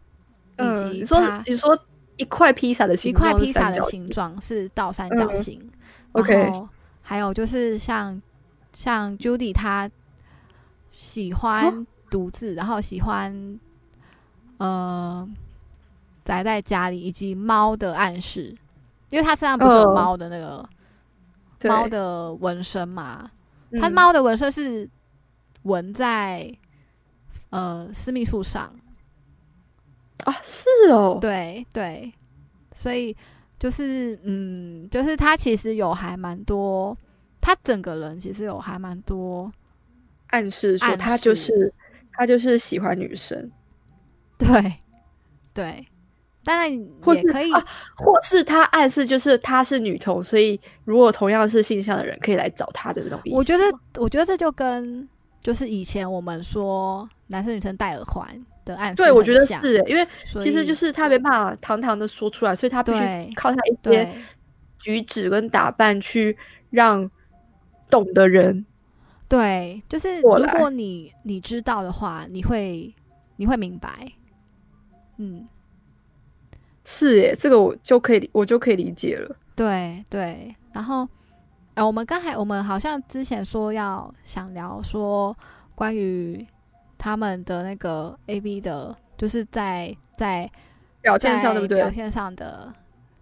S2: 嗯，
S4: 及
S2: 你说
S4: 它
S2: 你说一块披萨的
S4: 一
S2: 形状
S4: 块
S2: 是
S4: 披萨
S2: 三
S4: 的
S2: 角
S4: 形状是倒三角
S2: 嗯
S4: 形，然
S2: OK
S4: 后还有就是像像 Judy 她喜
S2: 哦
S4: 欢独自，然后喜欢呃宅在家里，以及猫的暗示，因为她身上不是有
S2: 嗯
S4: 猫的那个
S2: 对
S4: 猫的纹身嘛？她
S2: 嗯
S4: 猫的纹身是纹在呃私密处上，
S2: 啊，是哦，
S4: 对对，所以就是嗯，就是他其实有还蛮多，他整个人其实有还蛮多，
S2: 暗示说
S4: 暗
S2: 他就
S4: 示
S2: 是他就是喜欢女生，
S4: 对对，当然
S2: 或
S4: 也
S2: 是
S4: 可以，
S2: 啊或是他暗示就是他是女同，所以如果同样是性向的人可以来找他的那种意思吗。
S4: 我觉得我觉得这就跟就是以前我们说男生女生戴耳环的暗示
S2: 对，我
S4: 很
S2: 觉得是
S4: 像，
S2: 欸，因为
S4: 所
S2: 其实就
S4: 以
S2: 是他没办法堂堂的说出来，所以他必
S4: 对
S2: 须靠他一些
S4: 对
S2: 举止跟打扮去让懂的人
S4: 对，就是
S2: 过
S4: 如
S2: 来
S4: 果你你知道的话，你会你会明白，嗯。
S2: 是哎，这个我就可以理我就可以理解了。
S4: 对对，然后，呃，我们刚才我们好像之前说要想聊说关于他们的那个 A V 的，就是在在
S2: 表现上对不
S4: 在
S2: 对
S4: 表？现上的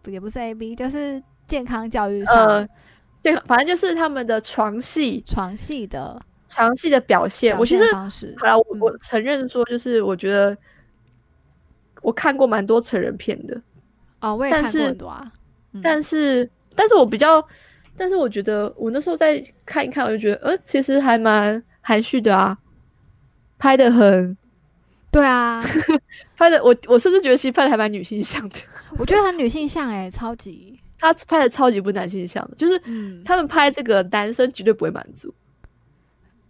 S4: 不也不是 A V，就是健康教育上、
S2: 呃，这个反正就是他们的床戏，
S4: 床戏的
S2: 床戏的表现，
S4: 表
S2: 我其
S4: 现
S2: 实
S4: 方式。
S2: 好啊啦，我
S4: 嗯
S2: 我承认说，就是我觉得我看过蛮多成人片的，
S4: 哦，我也
S2: 但
S4: 看过
S2: 是
S4: 很多啊，嗯
S2: 但是但是我比较，但是我觉得我那时候再看一看，我就觉得，呃，其实还蛮含蓄的啊，拍的很
S4: 对啊，
S2: 拍的，我我甚至觉得其实拍的还蛮女性向的，
S4: 我觉得很女性向哎、超级，
S2: 他拍的超级不男性向的，就是
S4: 嗯，
S2: 他们拍这个男生绝对不会满足，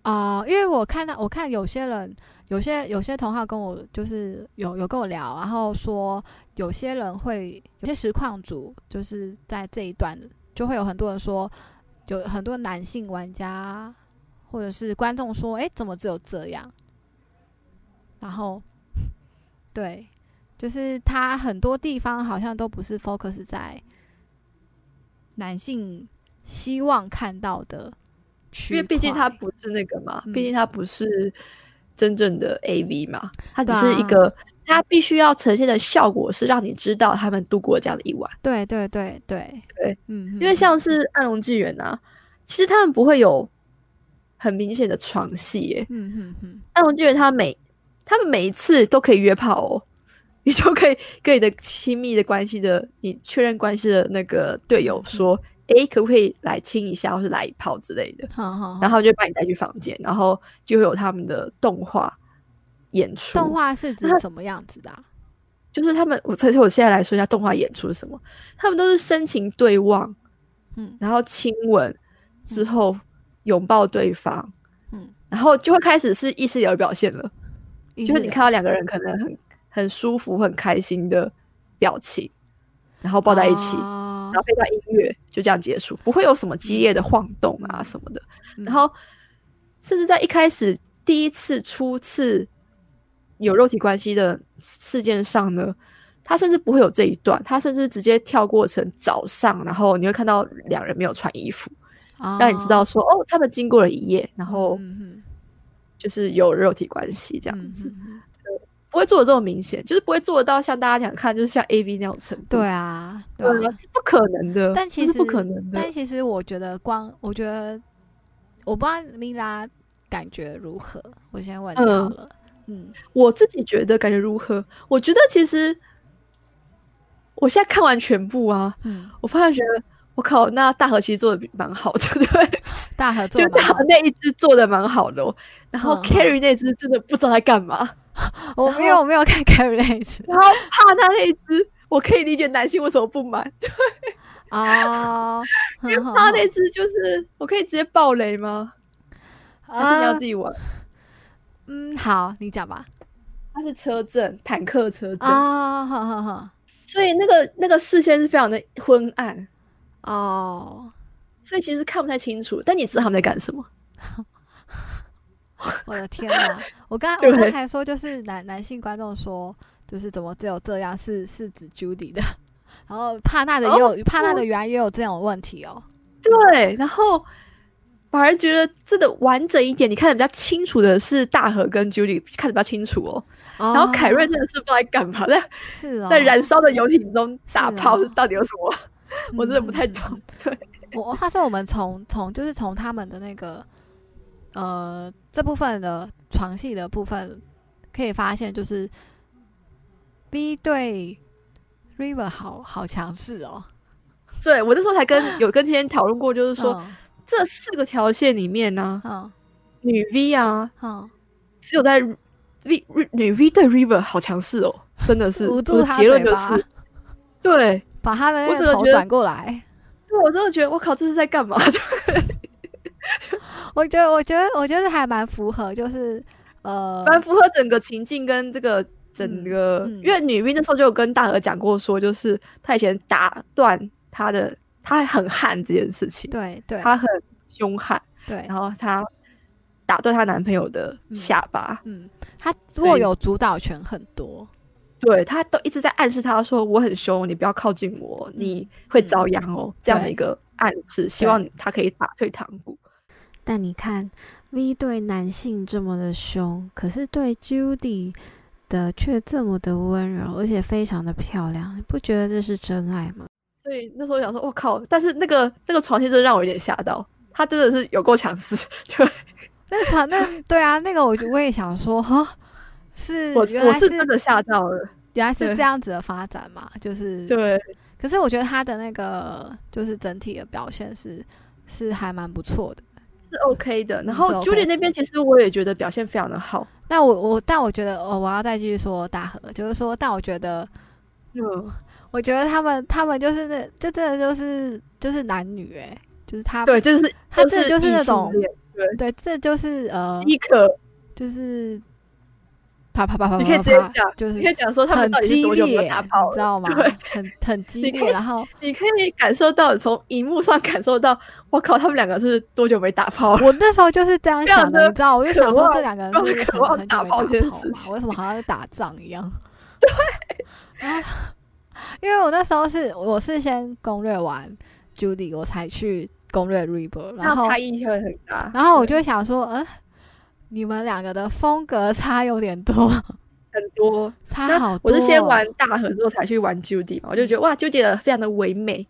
S4: 哦、因为我看到，我看有些人，有些有些同好跟我就是有有跟我聊，然后说有些人会，有些实况组就是在这一段就会有很多人说，有很多男性玩家或者是观众说，诶，怎么只有这样？然后， 对，就是他很多地方好像都不是 focus 在男性希望看到的区
S2: 因
S4: 块，
S2: 为毕竟他不是那个嘛，毕
S4: 嗯
S2: 竟他不是真正的 A V 嘛，他只
S4: 对
S2: 是一
S4: 啊
S2: 个。他必须要呈现的效果是让你知道他们度过这样的一晚，
S4: 对对对对
S2: 对，
S4: 嗯，
S2: 因为像是《暗龙纪元》啊，其实他们不会有很明显的床戏耶，
S4: 嗯嗯嗯，
S2: 《暗龙纪元》他每他们每一次都可以约炮哦，你就可以跟你的亲密的关系的你确认关系的那个队友说，诶，可不可以来亲一下，或是来一炮之类的，
S4: 好好
S2: 然
S4: 好。
S2: 后就把你带去房间，然后就会有他们的动画演出，
S4: 动画是指什么样子的啊、
S2: 就是他们，我所以我现在来说一下动画演出是什么。他们都是深情对望，
S4: 嗯
S2: 然后亲吻之后拥抱对方，
S4: 嗯，
S2: 然后就会开始是意识流表现了，
S4: 意
S2: 就是
S4: 思
S2: 你
S4: 有
S2: 看到两个人可能很很舒服、很开心的表情，然后抱在一起，
S4: 哦
S2: 然后配上音乐，就这样结束，不会有什么激烈的晃动啊什么的。
S4: 嗯
S2: 然后甚至在一开始第一次、初次有肉体关系的事件上呢，他甚至不会有这一段，他甚至直接跳过成早上，然后你会看到两人没有穿衣服，让你知道
S4: 哦
S2: 说哦，他们经过了一夜，然后
S4: 嗯嗯嗯
S2: 就是有肉体关系这样
S4: 嗯
S2: 子，
S4: 嗯嗯
S2: 不会做的这么明显，就是不会做得到像大家想看，就是像 A V 那种程度。
S4: 对啊，
S2: 对
S4: 对
S2: 啊，
S4: 啊。
S2: 是不可能的，
S4: 但其
S2: 这是不
S4: 实
S2: 可能的。
S4: 但其实我觉得光，我觉得我不知道米拉感觉如何，我先问你
S2: 嗯
S4: 好了。嗯，
S2: 我自己觉得感觉如何？我觉得其实我现在看完全部啊，
S4: 嗯，
S2: 我发现觉得我靠，那大河其实做的蛮好的， 对，
S4: 大合作
S2: 就
S4: 嘛
S2: 大，河那一只做的蛮好的、哦，然后
S4: 嗯
S2: Carry 那只真的不知道在干嘛，
S4: 我
S2: 然
S4: 没有我没有看 Carrie 那一次
S2: 然后怕他那一只，我可以理解男性为什么不满，
S4: 嗯哦，因为
S2: 他那只就是我可以直接爆雷吗？还
S4: 啊
S2: 是你要自己玩？
S4: 嗯，好，你讲吧。
S2: 它是车震，坦克车震，
S4: 啊，好好好，
S2: 所以那个那个视线是非常的昏暗，
S4: 哦，
S2: 所以其实看不太清楚，但你知道他们在干什么。
S4: 我的天呐！我 刚我
S2: 对
S4: 刚才说，就是男男性观众说，就是怎么只有这样是是指 Judy 的，然后帕纳的也
S2: 哦
S4: 有、帕纳的原来也有这种问题哦。
S2: 对，然后反而觉得这的完整一点，你看的比较清楚的是大河跟 Julie 看的比较清楚哦。
S4: 然
S2: 然后凯瑞真的是不知道在干嘛，在
S4: 是哦，
S2: 在燃烧的游艇中打
S4: 是
S2: 炮
S4: 哦，
S2: 到底有什么？我真的不太
S4: 嗯
S2: 懂。对，
S4: 我话说，我们从从就是从他们的那个呃这部分的床戏的部分，可以发现就是 B 对 River 好好强势哦。
S2: 对我那时候才跟有跟今天讨论过，就是说
S4: 嗯
S2: 这四个条线里面呢，
S4: 嗯
S2: 女 V 啊，
S4: 嗯，
S2: 只有在 V 女 V 对 River 好强势哦，真的 是。
S4: 捂
S2: 我
S4: 住
S2: 的
S4: 他
S2: 结论
S4: 嘴
S2: 就
S4: 巴
S2: 是，对，
S4: 把他的
S2: 我
S4: 那
S2: 整
S4: 个
S2: 个
S4: 头
S2: 觉得
S4: 转过来。
S2: 对我真的觉得我靠，这是在干嘛？
S4: 我觉得，我觉得，我觉得还蛮符合，就是呃，
S2: 蛮符合整个情境跟这个整
S4: 嗯
S2: 个，
S4: 嗯
S2: 因为女兵那时候就有跟大鹅讲过说，就是她以前打断她的，她很悍这件事情，
S4: 对对
S2: 她很凶悍，
S4: 对
S2: 然，后她打断她男朋友的
S4: 嗯
S2: 下巴，
S4: 嗯，他
S2: 以
S4: 握有主导权很多，
S2: 对她都一直在暗示她说我很凶，你不要靠近我，
S4: 嗯嗯
S2: 你会遭殃哦，这样的一个暗示，希望她可以打退堂鼓。
S4: 但你看，V 对男性这么的凶，可是对 Judy 的却这么的温柔，而且非常的漂亮，你不觉得这是真爱吗？
S2: 所以那时候想说，我靠！但是那个那个床戏真的让我有点吓到，他真的是有够强势，对
S4: 那床 那对啊，那个我就我也想说，哈，是
S2: 我
S4: 原
S2: 我
S4: 来
S2: 是真的吓到了，
S4: 原来是
S2: 对
S4: 这样子的发展嘛，就是
S2: 对，
S4: 可是我觉得他的那个就是整体的表现是是还蛮不错的。
S2: 是 OK 的。然
S4: 嗯是
S2: 后
S4: OK
S2: Judy 那边其实我也觉得表现非常的好，
S4: 那我我但我觉得哦，我要再继续说大河，就是说，但我觉得
S2: 嗯，
S4: 我觉得他们他们就是那就真的就是就是男女诶、就是他
S2: 对，这就是
S4: 他
S2: 这
S4: 这就是那种
S2: 异性恋
S4: 对这就是呃
S2: 饥渴，
S4: 就是啪啪啪啪啪啪，
S2: 你可以直接讲
S4: 就是
S2: 你可以讲说他们
S4: 很
S2: 到底是
S4: 激
S2: 多久没
S4: 烈，
S2: 有打炮
S4: 你知
S2: 了，
S4: 道吗
S2: 对？
S4: 很很激
S2: 你可
S4: 烈，
S2: 以
S4: 然 后
S2: 你可以感受到你从荧幕上感受到，我靠，他们两个是多久没打炮了？
S4: 我那时候就是这样
S2: 哦非常
S4: 想的，
S2: 的
S4: 你知道，我就
S2: 渴
S4: 想说
S2: 望
S4: 这两个人
S2: 非常
S4: 是不是
S2: 渴
S4: 很
S2: 望
S4: 很
S2: 打
S4: 久没
S2: 炮
S4: 打
S2: 这件
S4: 炮
S2: 事
S4: 嘛
S2: 情
S4: 为什么好像在打仗一样？ 对，然后因为我那时候是我是先攻略完 Judy，我才去攻略 r e b e r 然后
S2: 那差异会很大。
S4: 然后我
S2: 对
S4: 就想说，嗯、你们两个的风格差有点 多，
S2: 很多，
S4: 差好
S2: 那
S4: 多。哦嗯
S2: 我是先，玩大河之后才去玩 Judy 嘛，我就觉得哇，Judy 的非常的唯美，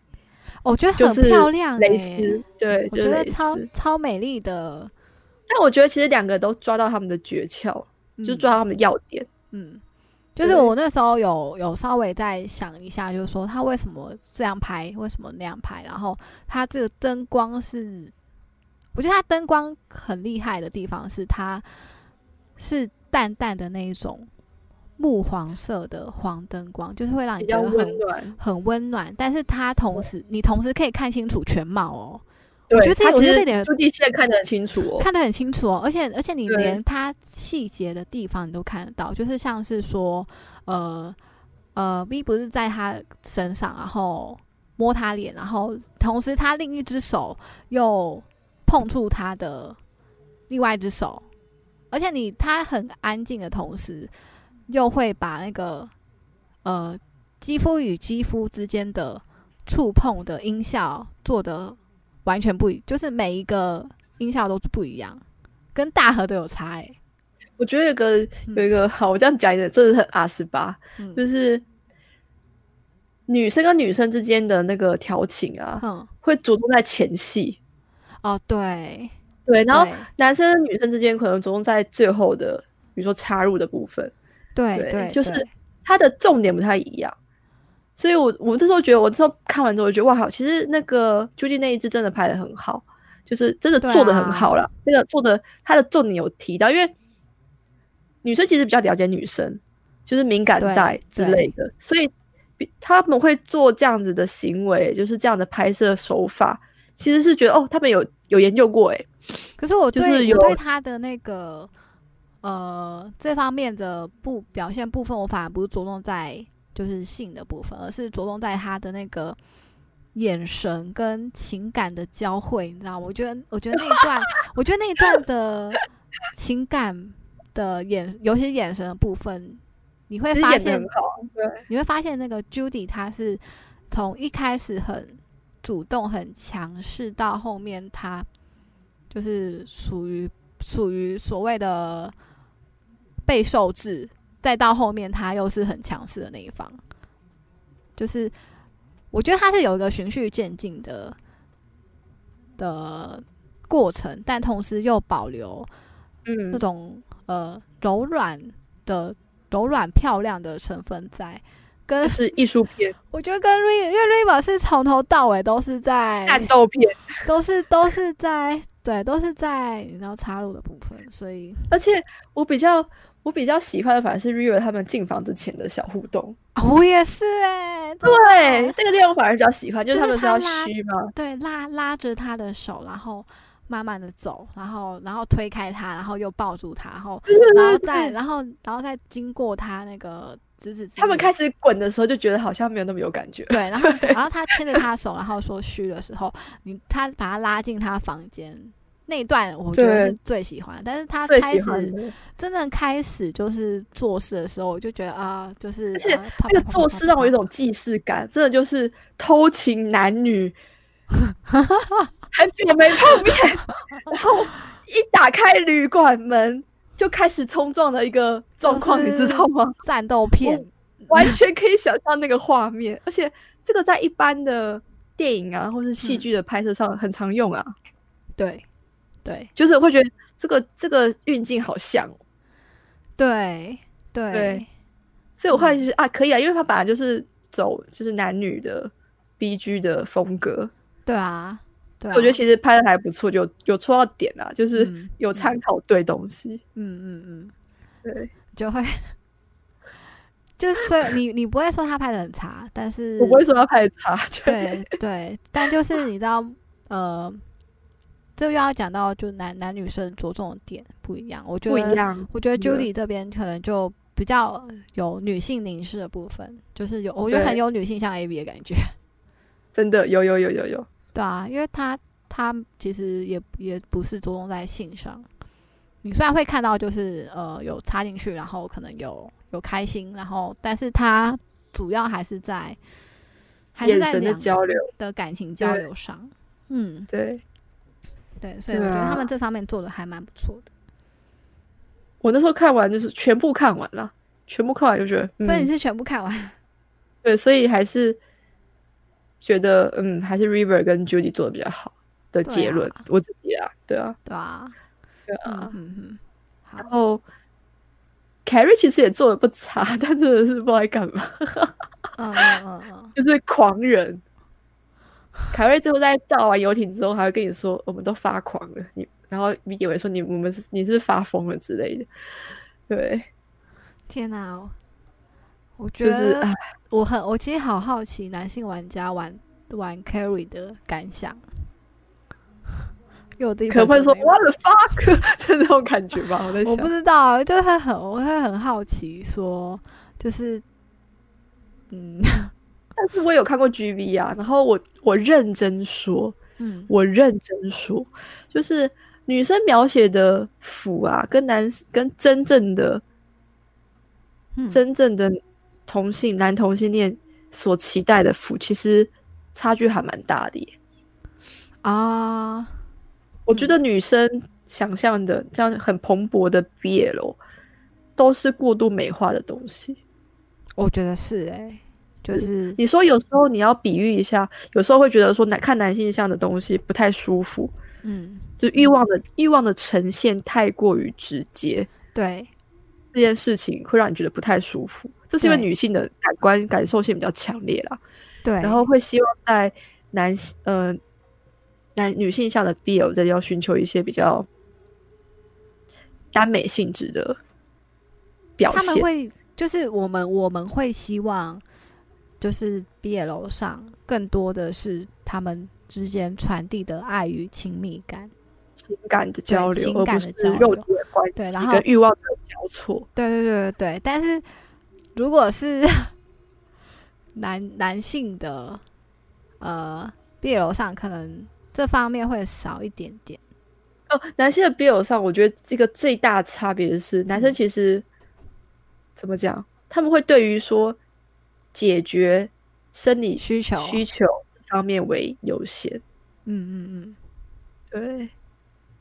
S4: 我觉得
S2: 就
S4: 很
S2: 是
S4: 漂亮、欸，
S2: 蕾丝，对，
S4: 我
S2: 就是
S4: 觉得
S2: 蕾
S4: 超
S2: 丝。
S4: 超美丽的，
S2: 但我觉得其实两个都抓到他们的诀窍，就是
S4: 嗯
S2: 抓到他们的要点。
S4: 嗯，就是
S2: 对
S4: 我那时候有有稍微再想一下，就是说他为什么这样拍，为什么那样拍，然后他这个灯光是，我觉得他灯光很厉害的地方是它是淡淡的那一种木黄色的黄灯光，就是会让
S2: 比
S4: 你觉
S2: 较
S4: 得
S2: 温
S4: 很
S2: 暖，
S4: 很温暖，但是它同时你同时可以看清楚全貌哦，
S2: 对，
S4: 觉得这
S2: 他
S4: 我
S2: 其
S4: 觉得
S2: 实
S4: 这点
S2: Judy 现在看得很清楚哦，
S4: 看得很清楚哦，而且而且你
S2: 对
S4: 连它细节的地方你都看得到，就是像是说，呃呃，V 不是在他身上，然后摸他脸，然后同时他另一只手又碰触他的另外一只手，而且你他很安静的同时，又会把那个呃肌肤与肌肤之间的触碰的音效做的完全不一，就是每一个音效都是不一样，跟大河都有差哎、欸。
S2: 我觉得有个
S4: 嗯
S2: 有一个好，我这样讲一点，真的很阿十八，
S4: 嗯
S2: 就是女生跟女生之间的那个调情啊，
S4: 嗯，
S2: 会着重在前戏，
S4: 哦对，
S2: 对，然后
S4: 对
S2: 男生跟女生之间可能着重在最后的，比如说插入的部分，
S4: 对
S2: 对
S4: 哎对，
S2: 就是
S4: 对
S2: 它的重点不太一样。所以我我这时候觉得，我这时候看完之后，我觉得哇，好，其实那个究竟那一支真的拍的很好，就是真的
S4: 对啊
S2: 做的很好了。那个做的它的重点有提到，因为女生其实比较了解女生，就是敏感
S4: 对
S2: 带之
S4: 对
S2: 类的，所以比他们会做这样子的行为，就是这样的拍摄手法，其实是觉得哦，他们有有研究过、欸，
S4: 可是我
S2: 就
S4: 对、
S2: 是有
S4: 我对他的那个呃这方面的不表现部分，我反而不是着重在就是性的部分，而是着重在他的那个眼神跟情感的交汇，你知道吗？我觉得 我觉得那一段，我觉得那一段的情感的眼，尤其是眼神的部分，你会
S2: 其实
S4: 发
S2: 演的
S4: 现
S2: 很 好，啊对，
S4: 你会发现那个 Judy 她是从一开始很主动、很强势，到后面她就是属于属于所谓的备受制，再到后面她又是很强势的那一方，就是我觉得她是有一个循序渐进的的过程，但同时又保留
S2: 嗯
S4: 那，种呃柔软的柔软漂亮的成分在，跟
S2: 就是艺术片、
S4: 我觉得跟瑞，因为瑞宝是从头到尾都是在
S2: 战斗片，
S4: 都是都是在对都是在你知道插入的部分，所以
S2: 而且我比较我比较喜欢的反而是 River 他们进房之前的小互动，
S4: 啊我也是哎、对
S2: 对，这个地方我反而比较喜欢，就是
S4: 就
S2: 他们
S4: 是
S2: 是
S4: 他
S2: 要
S4: 拉
S2: 虚嘛，
S4: 对拉拉着他的手，然后慢慢的走，然后然后推开他，然后又抱住他，然后然后再然后然后再经过他那个指指之
S2: 他们
S4: 类的
S2: 开始滚的时候就觉得好像没有那么有感觉，
S4: 对，然后然后他牵着他的手，然后说虚的时候，你他把他拉进他房间那一段，我觉得
S2: 对
S4: 是最喜欢的。但是他
S2: 最
S4: 开
S2: 喜欢
S4: 始
S2: 的
S4: 真正开始就是做事的时候，我就觉得啊，就是
S2: 而且
S4: 啊啪
S2: 那个
S4: 啪啪
S2: 做
S4: 啪
S2: 事
S4: 啪
S2: 让我有一
S4: 啪
S2: 种既视感，真的就是偷情男女。很久没碰面，然后一打开旅馆门就开始冲撞的一个状况，你知道吗？？
S4: 战斗
S2: 哦
S4: 片，
S2: 完全可以想象那个画面， 而且这个在一般的电影啊或是戏
S4: 嗯
S2: 剧的拍摄上很常用啊，
S4: 对，对，
S2: 就是会觉得这个这个运镜好像哦、
S4: 对，
S2: 对，所以我后来就是、啊可以啊，因为他本来就是走就是男女的 B G 的风格，
S4: 对啊，对啊，
S2: 我觉得其实拍的还不错，就有戳到点啊，就是
S4: 嗯
S2: 有参考对东西，
S4: 嗯嗯嗯，
S2: 对
S4: 就会就所以你你不会说他拍的很差，但是
S2: 我不会说他拍的差，就
S4: 对对，但就是你知道，呃，这又要讲到就男男女生着重的点不一样，我觉
S2: 不
S4: 得
S2: 一样，
S4: 我觉得
S2: 真的
S4: Judy 这边可能就比较有女性凝视的部分，就是有我觉得
S2: 对
S4: 很有女性像 A B 的感觉，
S2: 真的有有有有有，
S4: 对啊，因为他他其实也也不是着重在性上，你虽然会看到就是呃有插进去，然后可能有有开心，然后但是他主要还是在还是
S2: 眼
S4: 在
S2: 神的
S4: 两
S2: 交流，
S4: 的感情交
S2: 对
S4: 流上，嗯，
S2: 对。
S4: 对，所以我
S2: 对
S4: 觉得他
S2: 啊
S4: 们这方面做的还蛮不错的。
S2: 我那时候看完就是全部看完了，全部看完就觉得，嗯、
S4: 所以你是全部看完？
S2: 对，所以还是觉得，嗯，还是 River 跟 Judy 做的比较好的
S4: 对
S2: 结论，
S4: 啊
S2: 我自己啊，对啊，
S4: 对啊，
S2: 对
S4: 嗯
S2: 啊。
S4: 嗯嗯，好
S2: 然，后 Carrie 其实也做的不差，但真的是不知道在干嘛，
S4: 嗯嗯嗯嗯，
S2: 就是狂人。凯瑞最后在造完游艇之后，还会跟你说：“我们都发狂了。你”然后你以为说你我们是你是不是发疯了之类的，对，
S4: 天哪、哦，我觉
S2: 就是
S4: 得我很，我其实好好奇男性玩家玩玩 carry 的感想，因为我自己
S2: 可能会
S4: 本身
S2: 说
S4: 没有
S2: “What the fuck” 的那种感觉吧。我在想，
S4: 我不知道，就是他很，我会很好奇说，就是， 嗯
S2: 但是我有看过 G V 啊，然后我我认真说，
S4: 嗯
S2: 我认真说，就是女生描写的腐啊，跟男跟真正的
S4: 嗯，
S2: 真正的同性男同性恋所期待的腐，其实差距还蛮大的耶。
S4: 啊，
S2: 我
S4: 嗯
S2: 觉得女生想象的这样很蓬勃的 BL，都是过度美化的东西。
S4: 我觉得是哎、
S2: 嗯
S4: 就是
S2: 你说有时候你要比喻一下，有时候会觉得说男看男性向的东西不太舒服，
S4: 嗯，
S2: 就欲望的欲望的呈现太过于直接，
S4: 对，
S2: 这件事情会让你觉得不太舒服。这是因为
S4: 对
S2: 女性的感官感受性比较强烈啦，
S4: 对，
S2: 然后会希望在男呃男女性向的 BL 这要寻求一些比较耽美性质的表
S4: 他们
S2: 现。
S4: 会就是我们我们会希望，就是 BL 上更多的是他们之间传递的爱与亲密感。
S2: 情感的交流，
S4: 情
S2: 而
S4: 感
S2: 不
S4: 的
S2: 是
S4: 交
S2: 肉
S4: 流
S2: 体的关系，
S4: 对然后
S2: 跟欲望的交错。
S4: 对对对对对，但是如果是 男男性的呃 BL 上，可能这方面会少一点点。
S2: 哦，男性的 BL 上，我觉得这个最大差别是，男
S4: 嗯
S2: 生其实怎么讲，他们会对于说解决生理
S4: 需求，啊
S2: 需求方面为优先。
S4: 嗯嗯
S2: 对，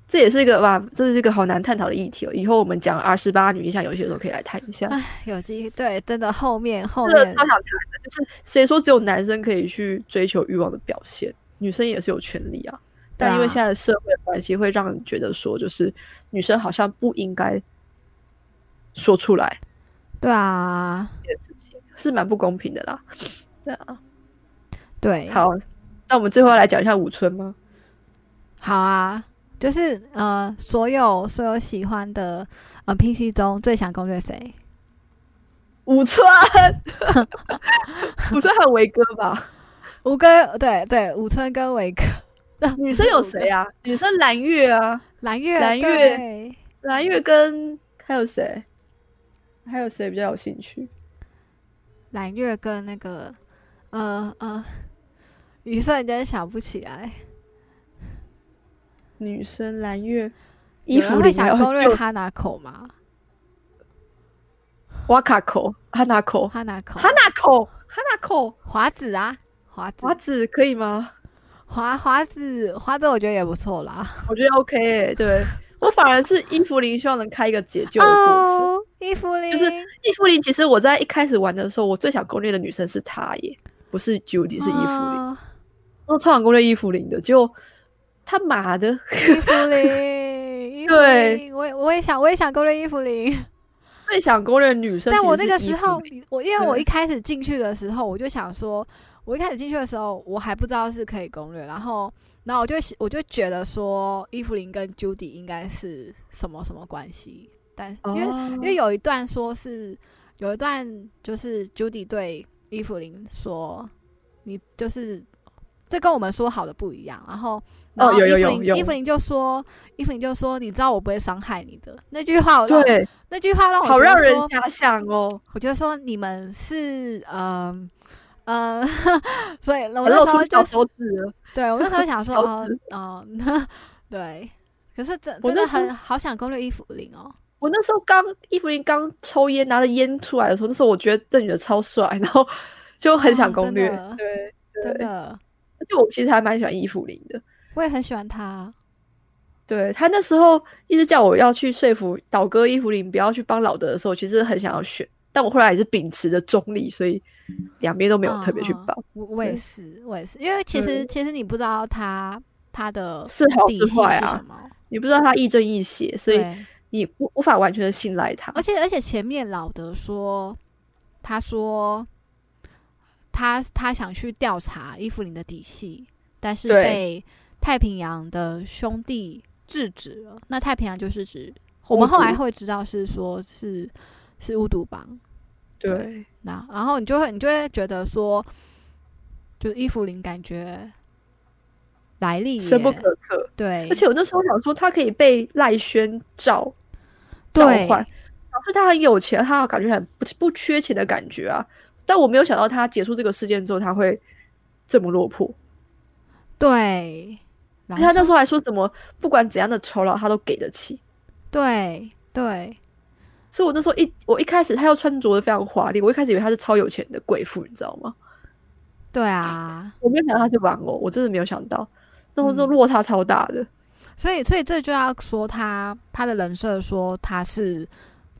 S2: 这也是一个哇，这是一个好难探讨的议题哦。以后我们讲 R 十八女性向游戏的时候，可以来谈一下。
S4: 嗯，有机对，真的后面后
S2: 啊这个
S4: 面
S2: 超想谈的，就是谁说只有男生可以去追求欲望的表现，女生也是有权利啊。但因为
S4: 对啊
S2: 现在的社会的关系，会让人觉得说，就是女生好像不应该说出来
S4: 对啊，
S2: 这件事情，是蛮不公平的啦。对啊，
S4: 对，
S2: 好，那我们最后要来讲一下五村吗？
S4: 好啊，就是呃，所有所有喜欢的呃 PC 中最想攻略谁？
S2: 五村， 五村还有维哥吧？
S4: 五哥，对对，武村跟维哥。
S2: 女生有谁
S4: 啊？
S2: 啊？ 女生蓝月啊，
S4: 蓝月，
S2: 蓝月
S4: 对，
S2: 蓝月跟还有谁？还有谁比较有兴趣？
S4: 蓝月跟那个呃呃，一瞬间想不起来。
S2: 女生蓝月
S4: 有
S2: 衣
S4: 人
S2: 服
S4: 会
S2: 里面
S4: 想攻略
S2: 有
S4: 哈拿口吗？
S2: 瓦卡口、哈娜口、
S4: 哈拿口，
S2: 哈娜口、哈娜口
S4: 华子啊，华子，
S2: 华子可以吗？
S4: 华华子华子，我觉得也不错啦。
S2: 我觉得 OK，、欸、对我反而是伊芙琳希望能开一个解救的过程。
S4: 哦，伊芙琳
S2: 就是伊芙琳，其实我在一开始玩的时候，我最想攻略的女生是她耶，不是 Judy，是伊芙琳。
S4: 哦
S2: 我超想攻略伊芙琳的，结果他妈的，
S4: 伊芙琳，伊 芙
S2: 对
S4: 琳，我也我也想我也想攻略伊芙琳，
S2: 最想攻略的女生其实是伊
S4: 但
S2: 芙琳。
S4: 我那个时候我因为我
S2: 对
S4: 一开始进去的时候，我就想说，我一开始进去的时候我还不知道是可以攻略，然后然后我就我就觉得说伊芙琳跟 Judy 应该是什么什么关系，但因为、
S2: 哦
S4: 因为有一段说是有一段就是 Judy 对伊芙琳说，你就是这跟我们说好的不一样。然后，然
S2: 哦
S4: 后
S2: 有有
S4: 伊
S2: 有
S4: 芙琳
S2: 有
S4: 伊芙琳就说，伊芙琳就说，你知道我不会伤害你的那句话我让，
S2: 对，
S4: 那句话让我
S2: 好
S4: 觉得
S2: 让人
S4: 说
S2: 遐想哦，
S4: 我就说你们是嗯。嗯， 所以我
S2: 我
S4: 那
S2: 露
S4: 时
S2: 出
S4: 候
S2: 小
S4: 就
S2: 手指了。
S4: 对我那时候想说，
S2: 小
S4: 哦
S2: 指
S4: 哦，对，可是真
S2: 我
S4: 真的
S2: 那时候
S4: 很好想攻略伊芙琳哦，
S2: 我那时候刚伊芙琳刚抽烟，拿着烟出来的时候，那时候我觉得这女的超帅，然后 就很想
S4: 哦
S2: 攻
S4: 真
S2: 略。
S4: 的
S2: 对
S4: 真
S2: 对，
S4: 的，
S2: 而且我其实还蛮喜欢伊芙琳的。
S4: 我也很喜欢他。
S2: 对他那时候一直叫我要去说服倒戈伊芙琳不要去帮老德的时候，其实很想要选，但我后来也是秉持着中立，所以两边都没有特别去
S4: 嗯嗯
S2: 帮，
S4: 我我也
S2: 对
S4: 是，我也是，因为其实其实你不知道他他的
S2: 是好
S4: 底
S2: 是
S4: 细
S2: 坏
S4: 是什
S2: 啊，
S4: 么，
S2: 你不知道他亦正亦邪，所以
S4: 对。
S2: 你无无法完全的信赖他
S4: 而。且而且前面老德说，他说他他想去调查伊芙琳的底细，但是
S2: 对
S4: 被太平洋的兄弟制止了。那太平洋就是指我们后来
S2: 巫毒
S4: 会知道是说是是巫毒帮，
S2: 对，
S4: 那然后你就会你就会觉得说，就是伊芙琳感觉来历
S2: 深不
S4: 也
S2: 可测。
S4: 对，
S2: 而且我那时候想说，他可以被赖宣召召
S4: 对
S2: 唤，表示他很有钱，他感觉很不不缺钱的感觉啊。但我没有想到他结束这个事件之后，他会这么落魄。
S4: 对，
S2: 而
S4: 然
S2: 且他
S4: 后
S2: 那时候还说怎么不管怎样的酬劳他都给得起。
S4: 对对
S2: 所以我那时候一我一开始他又穿着的非常华丽，我一开始以为他是超有钱的贵妇，你知道吗？
S4: 对啊，
S2: 我没有想到他是玩偶，我真的没有想到，那时候
S4: 嗯
S2: 这落差超大的。
S4: 所以所以这就要说他他的人设说他是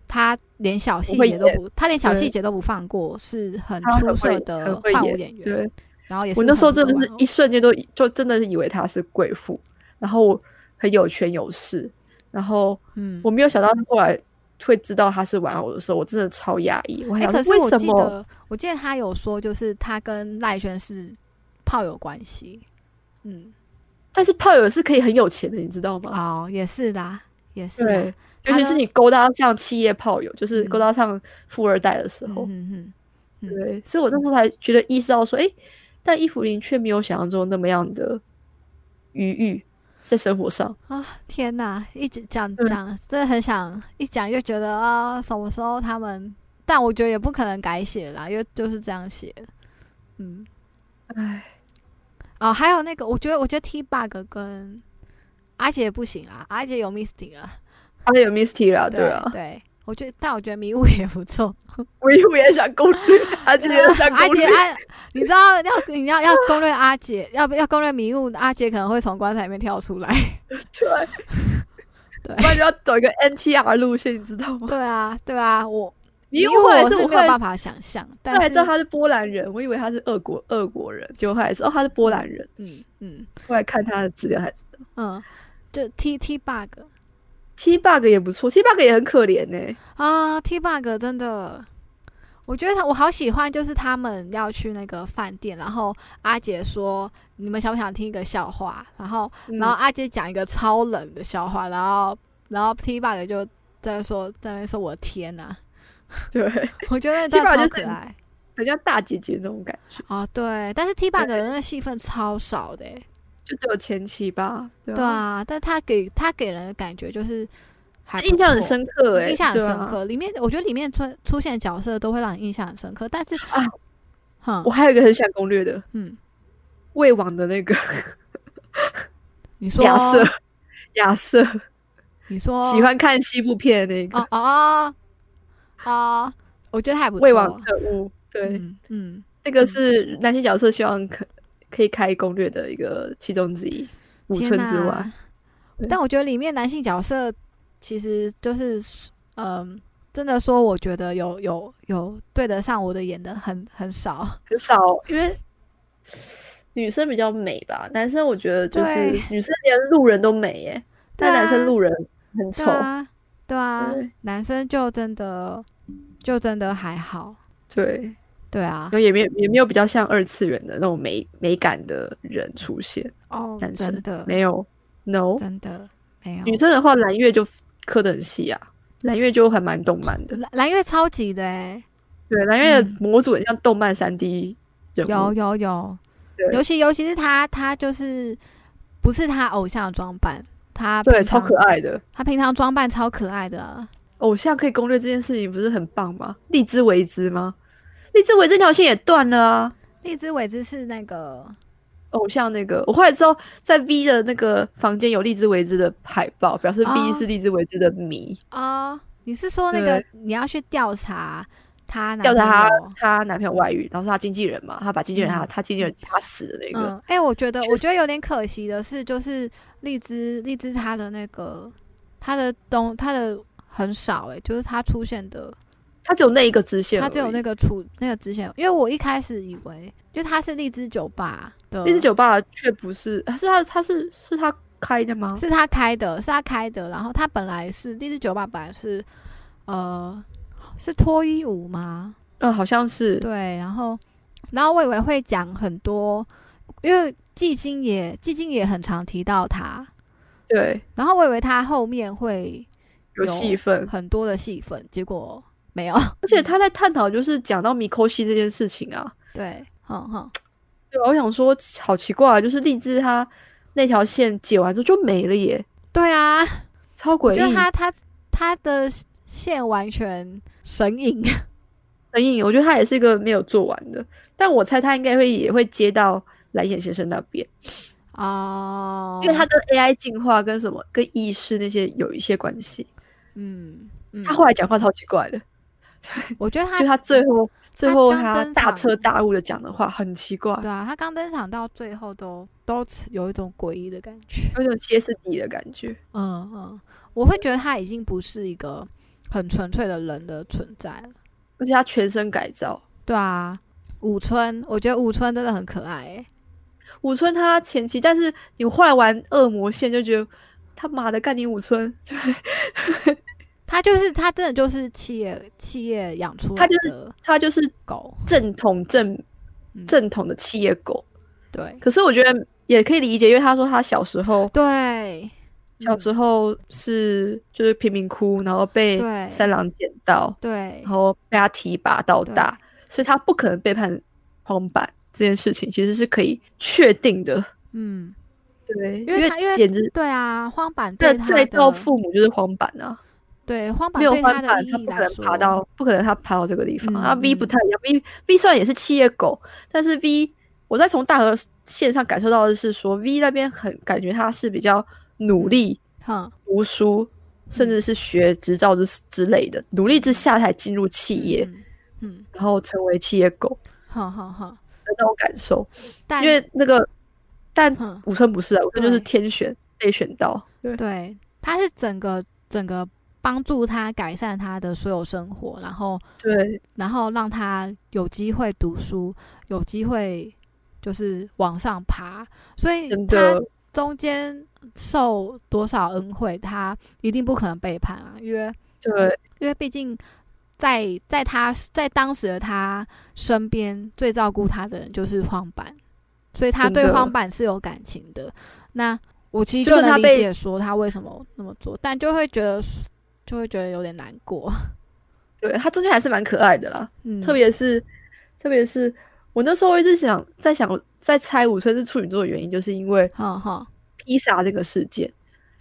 S4: 他连小细
S2: 不会
S4: 节都
S2: 演
S4: 不，他连小细
S2: 对
S4: 节都不放过，是很
S2: 他
S4: 出
S2: 很
S4: 色
S2: 会
S4: 的
S2: 很会
S4: 换舞
S2: 演
S4: 演员，
S2: 对，
S4: 然后也是
S2: 我那时候
S4: 很啊哦
S2: 真
S4: 不
S2: 的是
S4: 错
S2: 一瞬间都就真的是以为她是贵妇，然后我很有权有势，然后
S4: 嗯
S2: 我没有想到她后来会知道她是玩偶的时候，我真的超压抑。我还
S4: 哎、
S2: 想
S4: 可是
S2: 说为
S4: 我
S2: 什
S4: 记
S2: 么？
S4: 得，我记得他有说，就是他跟赖轩是炮友关系。嗯，
S2: 但是炮友是可以很有钱的，你知道吗？
S4: 哦，也是的啊，也是的
S2: 对
S4: 啊。，
S2: 尤
S4: 他
S2: 其
S4: 呢
S2: 是你勾搭上企业炮友，就是
S4: 嗯
S2: 勾搭上富二代的时
S4: 嗯
S2: 候，
S4: 嗯嗯，嗯
S2: 对，所以我那时候才觉得意识到说，哎、但伊芙琳却没有想象中那么样的愉悦在生活上。
S4: 啊、天哪！一直讲
S2: 对
S4: 讲，真的很想一讲就觉得啊、什么时候他们？但我觉得也不可能改写啦，因为就是这样写。嗯，
S2: 唉，
S4: 哦，还有那个，我觉得我觉得 T bug 跟阿杰不行啊，阿杰有 Misty 啊，
S2: 他有 Misty 啦，对啊，
S4: 对，我觉得，但我觉得迷雾也 不错。
S2: 我以为也想攻略，阿杰也想
S4: 阿
S2: 攻
S4: 杰
S2: 略，
S4: 阿，你知道要你要要攻略阿杰，要不要攻略迷雾，阿杰可能会从棺材里面跳出来。
S2: 对，
S4: 对
S2: 不然就要走一个 NTR 路线，你知道吗？
S4: 对啊，对啊，我
S2: 迷雾
S4: 雾
S2: 后来
S4: 我
S2: 是
S4: 是
S2: 我
S4: 没有
S2: 后来
S4: 办法想象，
S2: 后
S4: 但
S2: 来
S4: 是
S2: 知道他是波兰人，我以为他是俄国俄国人，结果后来是哦他是波兰人，
S4: 嗯嗯
S2: 后来看他的资料才知道。
S4: 嗯，就 T T bug
S2: T bug 也不错，T bug 也很可怜呢、
S4: 啊，T bug 真的。我觉得他我好喜欢，就是他们要去那个饭店，然后阿杰说：“你们想不想听一个笑话？”然后
S2: 嗯
S4: 然后阿杰讲一个超冷的笑话，然后然后 T bug 就在说在那边说：“我的天哪、
S2: 嗯对，
S4: 我 觉得那
S2: T-Bug
S4: 段超
S2: 就是
S4: 可爱
S2: 很像大姐姐那种感觉，
S4: 哦，对，但是 T bug 的那个戏份超少的欸，
S2: 就只有前期吧，对
S4: 对
S2: 吧、
S4: 啊，但他给他给人的感觉就是还不
S2: 印象很
S4: 错，
S2: 深刻哎、
S4: 印象很
S2: 对啊
S4: 深刻。里面我觉得里面出出现的角色都会让你印象很深刻，但是
S2: 啊，
S4: 哼
S2: 我，还有一个很想攻略的，
S4: 嗯，
S2: 魏王的那个
S4: 你说哦
S2: 亚瑟，亚瑟
S4: 你说
S2: 喜欢看西部片的那个
S4: 哦哦哦哦，我觉得还不错，嗯
S2: 魏王特务，对，
S4: 嗯嗯
S2: 那个是男性角色希望可可以开攻略的一个其中之一。五
S4: 天
S2: 寸
S4: 哪
S2: 之外，
S4: 但我觉得里面男性角色其实就是，嗯、真的说，我觉得有有有对得上我的眼的很很少。
S2: 很少，因为女生比较美吧，男生我觉得就是
S4: 对
S2: 女生连路人都美耶，但男生路人很
S4: 对
S2: 丑。
S4: 啊，对啊，
S2: 对
S4: 男生就真的就真的还好。
S2: 对，
S4: 对啊
S2: 然，后也没有也没有比较像二次元的那种美美感的人出现，
S4: 哦
S2: 男生
S4: 真的
S2: 没有，no。
S4: 真的没有。
S2: 女生的话，蓝月就磕的很细啊，蓝月就还蛮动漫的。
S4: 蓝蓝月超级的哎、
S2: 对，蓝月的
S4: 嗯
S2: 模组很像动漫三 D 人
S4: 有
S2: 物，
S4: 有有，
S2: 嗯对
S4: 尤其尤其是他，他就是不是他偶像的装扮，他
S2: 对，
S4: 平
S2: 超
S4: 常
S2: 可爱的。
S4: 他平常装扮超可爱的啊，
S2: 偶像可以攻略这件事情不是很棒吗？荔枝为之吗？荔枝为这条线也断了啊！
S4: 荔枝尾之是那个
S2: 偶像那个，我后来知道在 V 的那个房间有荔枝为之的海报，表示 V
S4: 哦
S2: 是荔枝为之的迷，
S4: 哦，你是说那个
S2: 对
S4: 你要去调查他男
S2: 调查
S4: 朋友
S2: 她男朋友外遇，然后是她经纪人嘛，她把经纪人
S4: 嗯
S2: 她她经纪人掐死的那个，
S4: 嗯，哎、我觉得
S2: 确
S4: 我觉得有点可惜的是，就是荔枝荔枝他的那个他的东他的很少哎、就是他出现的，
S2: 她只有那一个支线而已，
S4: 他只有那个出那个之前，因为我一开始以为就他是荔枝酒吧的，
S2: 荔枝酒吧却不是，啊是她她是是她开的吗？
S4: 是他开的，是他开的，然后他本来是荔枝酒吧本来是呃是脱衣舞吗？
S2: 嗯，好像是，
S4: 对，然后然后我以为会讲很多，因为季金也季金也很常提到他，
S2: 对，
S4: 然后我以为他后面会
S2: 有
S4: 有
S2: 戏份，
S4: 很多的戏份，结果没有。
S2: 嗯而且她在探讨就是讲到米扣西这件事情啊，
S4: 对，哼哼，
S2: 对，啊我想说，好奇怪啊，就是荔枝它那条线解完之后就没了耶，
S4: 对啊，
S2: 超
S4: 我
S2: 诡
S4: 觉得
S2: 异。
S4: 他他他的线完全神隐，
S2: 很硬，我觉得它也是一个没有做完的，但我猜它应该会也会接到蓝眼先生那边，
S4: 哦，
S2: 因为它跟 AI 进化跟什么跟意识那些有一些关系。
S4: 嗯嗯，
S2: 他后来讲话超奇怪的，
S4: 我觉得他嗯
S2: 就他最后最
S4: 他
S2: 后
S4: 刚
S2: 他
S4: 登
S2: 大
S4: 场
S2: 彻大悟的讲的话很奇怪，
S4: 对啊，他刚登场到最后都都有一种诡异的感觉。
S2: 有种歇斯底里的感觉。
S4: 嗯嗯，我会觉得他已经不是一个很纯粹的人的存在了。
S2: 而且他全身改造，
S4: 对啊，武村，我觉得武村真的很可爱、欸。
S2: 武村他前期，但是你后来玩恶魔线就觉得他妈的干你武村，
S4: 他就是他真的就是企业企业养出
S2: 他
S4: 来
S2: 就是
S4: 的
S2: 他就是
S4: 狗，
S2: 正统正
S4: 嗯
S2: 正统的企业狗。
S4: 对
S2: 可是我觉得也可以理解，因为他说他小时
S4: 嗯
S2: 候
S4: 对，
S2: 小时候是就是贫民窟，然后被
S4: 对
S2: 三郎捡到，
S4: 对
S2: 然后被他提拔到大，所以他不可能背叛黄板这件事情，其实是可以确定的。
S4: 嗯，
S2: 对，因
S4: 为他因为
S2: 简直
S4: 对啊，荒坂
S2: 那
S4: 对他
S2: 再造
S4: 的
S2: 父母就是黄板啊，
S4: 对荒坂
S2: 没有
S4: 对
S2: 黄
S4: 他
S2: 板，
S4: 的意
S2: 他
S4: 义
S2: 不可
S4: 来
S2: 能
S4: 说，
S2: 爬到，不可能他爬到这个地方
S4: 嗯
S2: 啊。V
S4: 嗯
S2: 不太一样，V V 虽然也是企业狗，但是 V 我在从大河线上感受到的是说，V 那边很感觉他是比较努力
S4: 哼，
S2: 读书，甚
S4: 嗯
S2: 至是学执照之之类的，努力之下才进入企业，
S4: 嗯，嗯，
S2: 然后成为企业狗
S4: 哼哼哼，
S2: 的那种感受。
S4: 但
S2: 因为那个，但
S4: 哼，
S2: 武村不是啊，武村就是
S4: 对
S2: 天选被选到，对
S4: 对，他是整个整个帮助他改善他的所有生活，然后
S2: 对
S4: 然后让他有机会读书，有机会就是往上爬，所以
S2: 真
S4: 他
S2: 的
S4: 中间受多少恩惠，他一定不可能背叛啊，因为
S2: 对。
S4: 因为毕竟在在他在当时的他身边最照顾他的人就是荒坂，所以他
S2: 真的
S4: 对荒坂是有感情的。那我其实
S2: 就
S4: 就
S2: 算
S4: 能
S2: 他
S4: 理
S2: 被
S4: 解说他为什么那么做，但就会觉得就会觉得有点难过，
S2: 对他中间还是蛮可爱的啦，
S4: 嗯，
S2: 特别是，特别是我那时候一直想在想在猜五村是处女座的原因，就是因为
S4: 哈哈
S2: 披萨这个事件，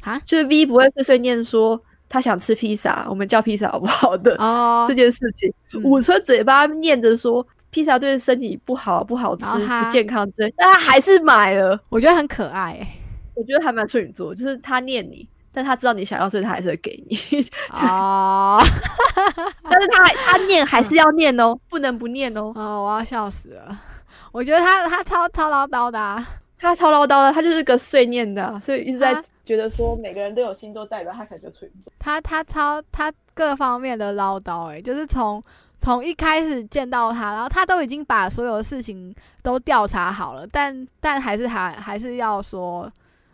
S4: 啊
S2: 就是 V 不会碎碎念说他想吃披萨，我们叫披萨好不好的、
S4: 哦
S2: 这，件事情，
S4: 嗯
S2: 五村嘴巴念着说披萨对身体不好，不好吃
S4: 然后，他
S2: 不健康之类，但他还是买了。
S4: 我觉得很可爱、 欸，
S2: 我觉得还蛮处女座，就是他念你。但他知道你想要，所以他还是会给你。
S4: 哦嗯
S2: 但是他还他念还是要念哦，不能不念哦。
S4: 哦，我要笑死了。 我觉得他他超超唠叨的、啊，
S2: 他超唠叨的，他就是个碎念的、啊，所以一直在
S4: 啊
S2: 觉得说每个人都有星座代表，他可能就处女座。
S4: 他他超他各方面的唠叨、欸，哎，就是从从一开始见到他，然后他都已经把所有事情都调查好了，但但还是还还是要说，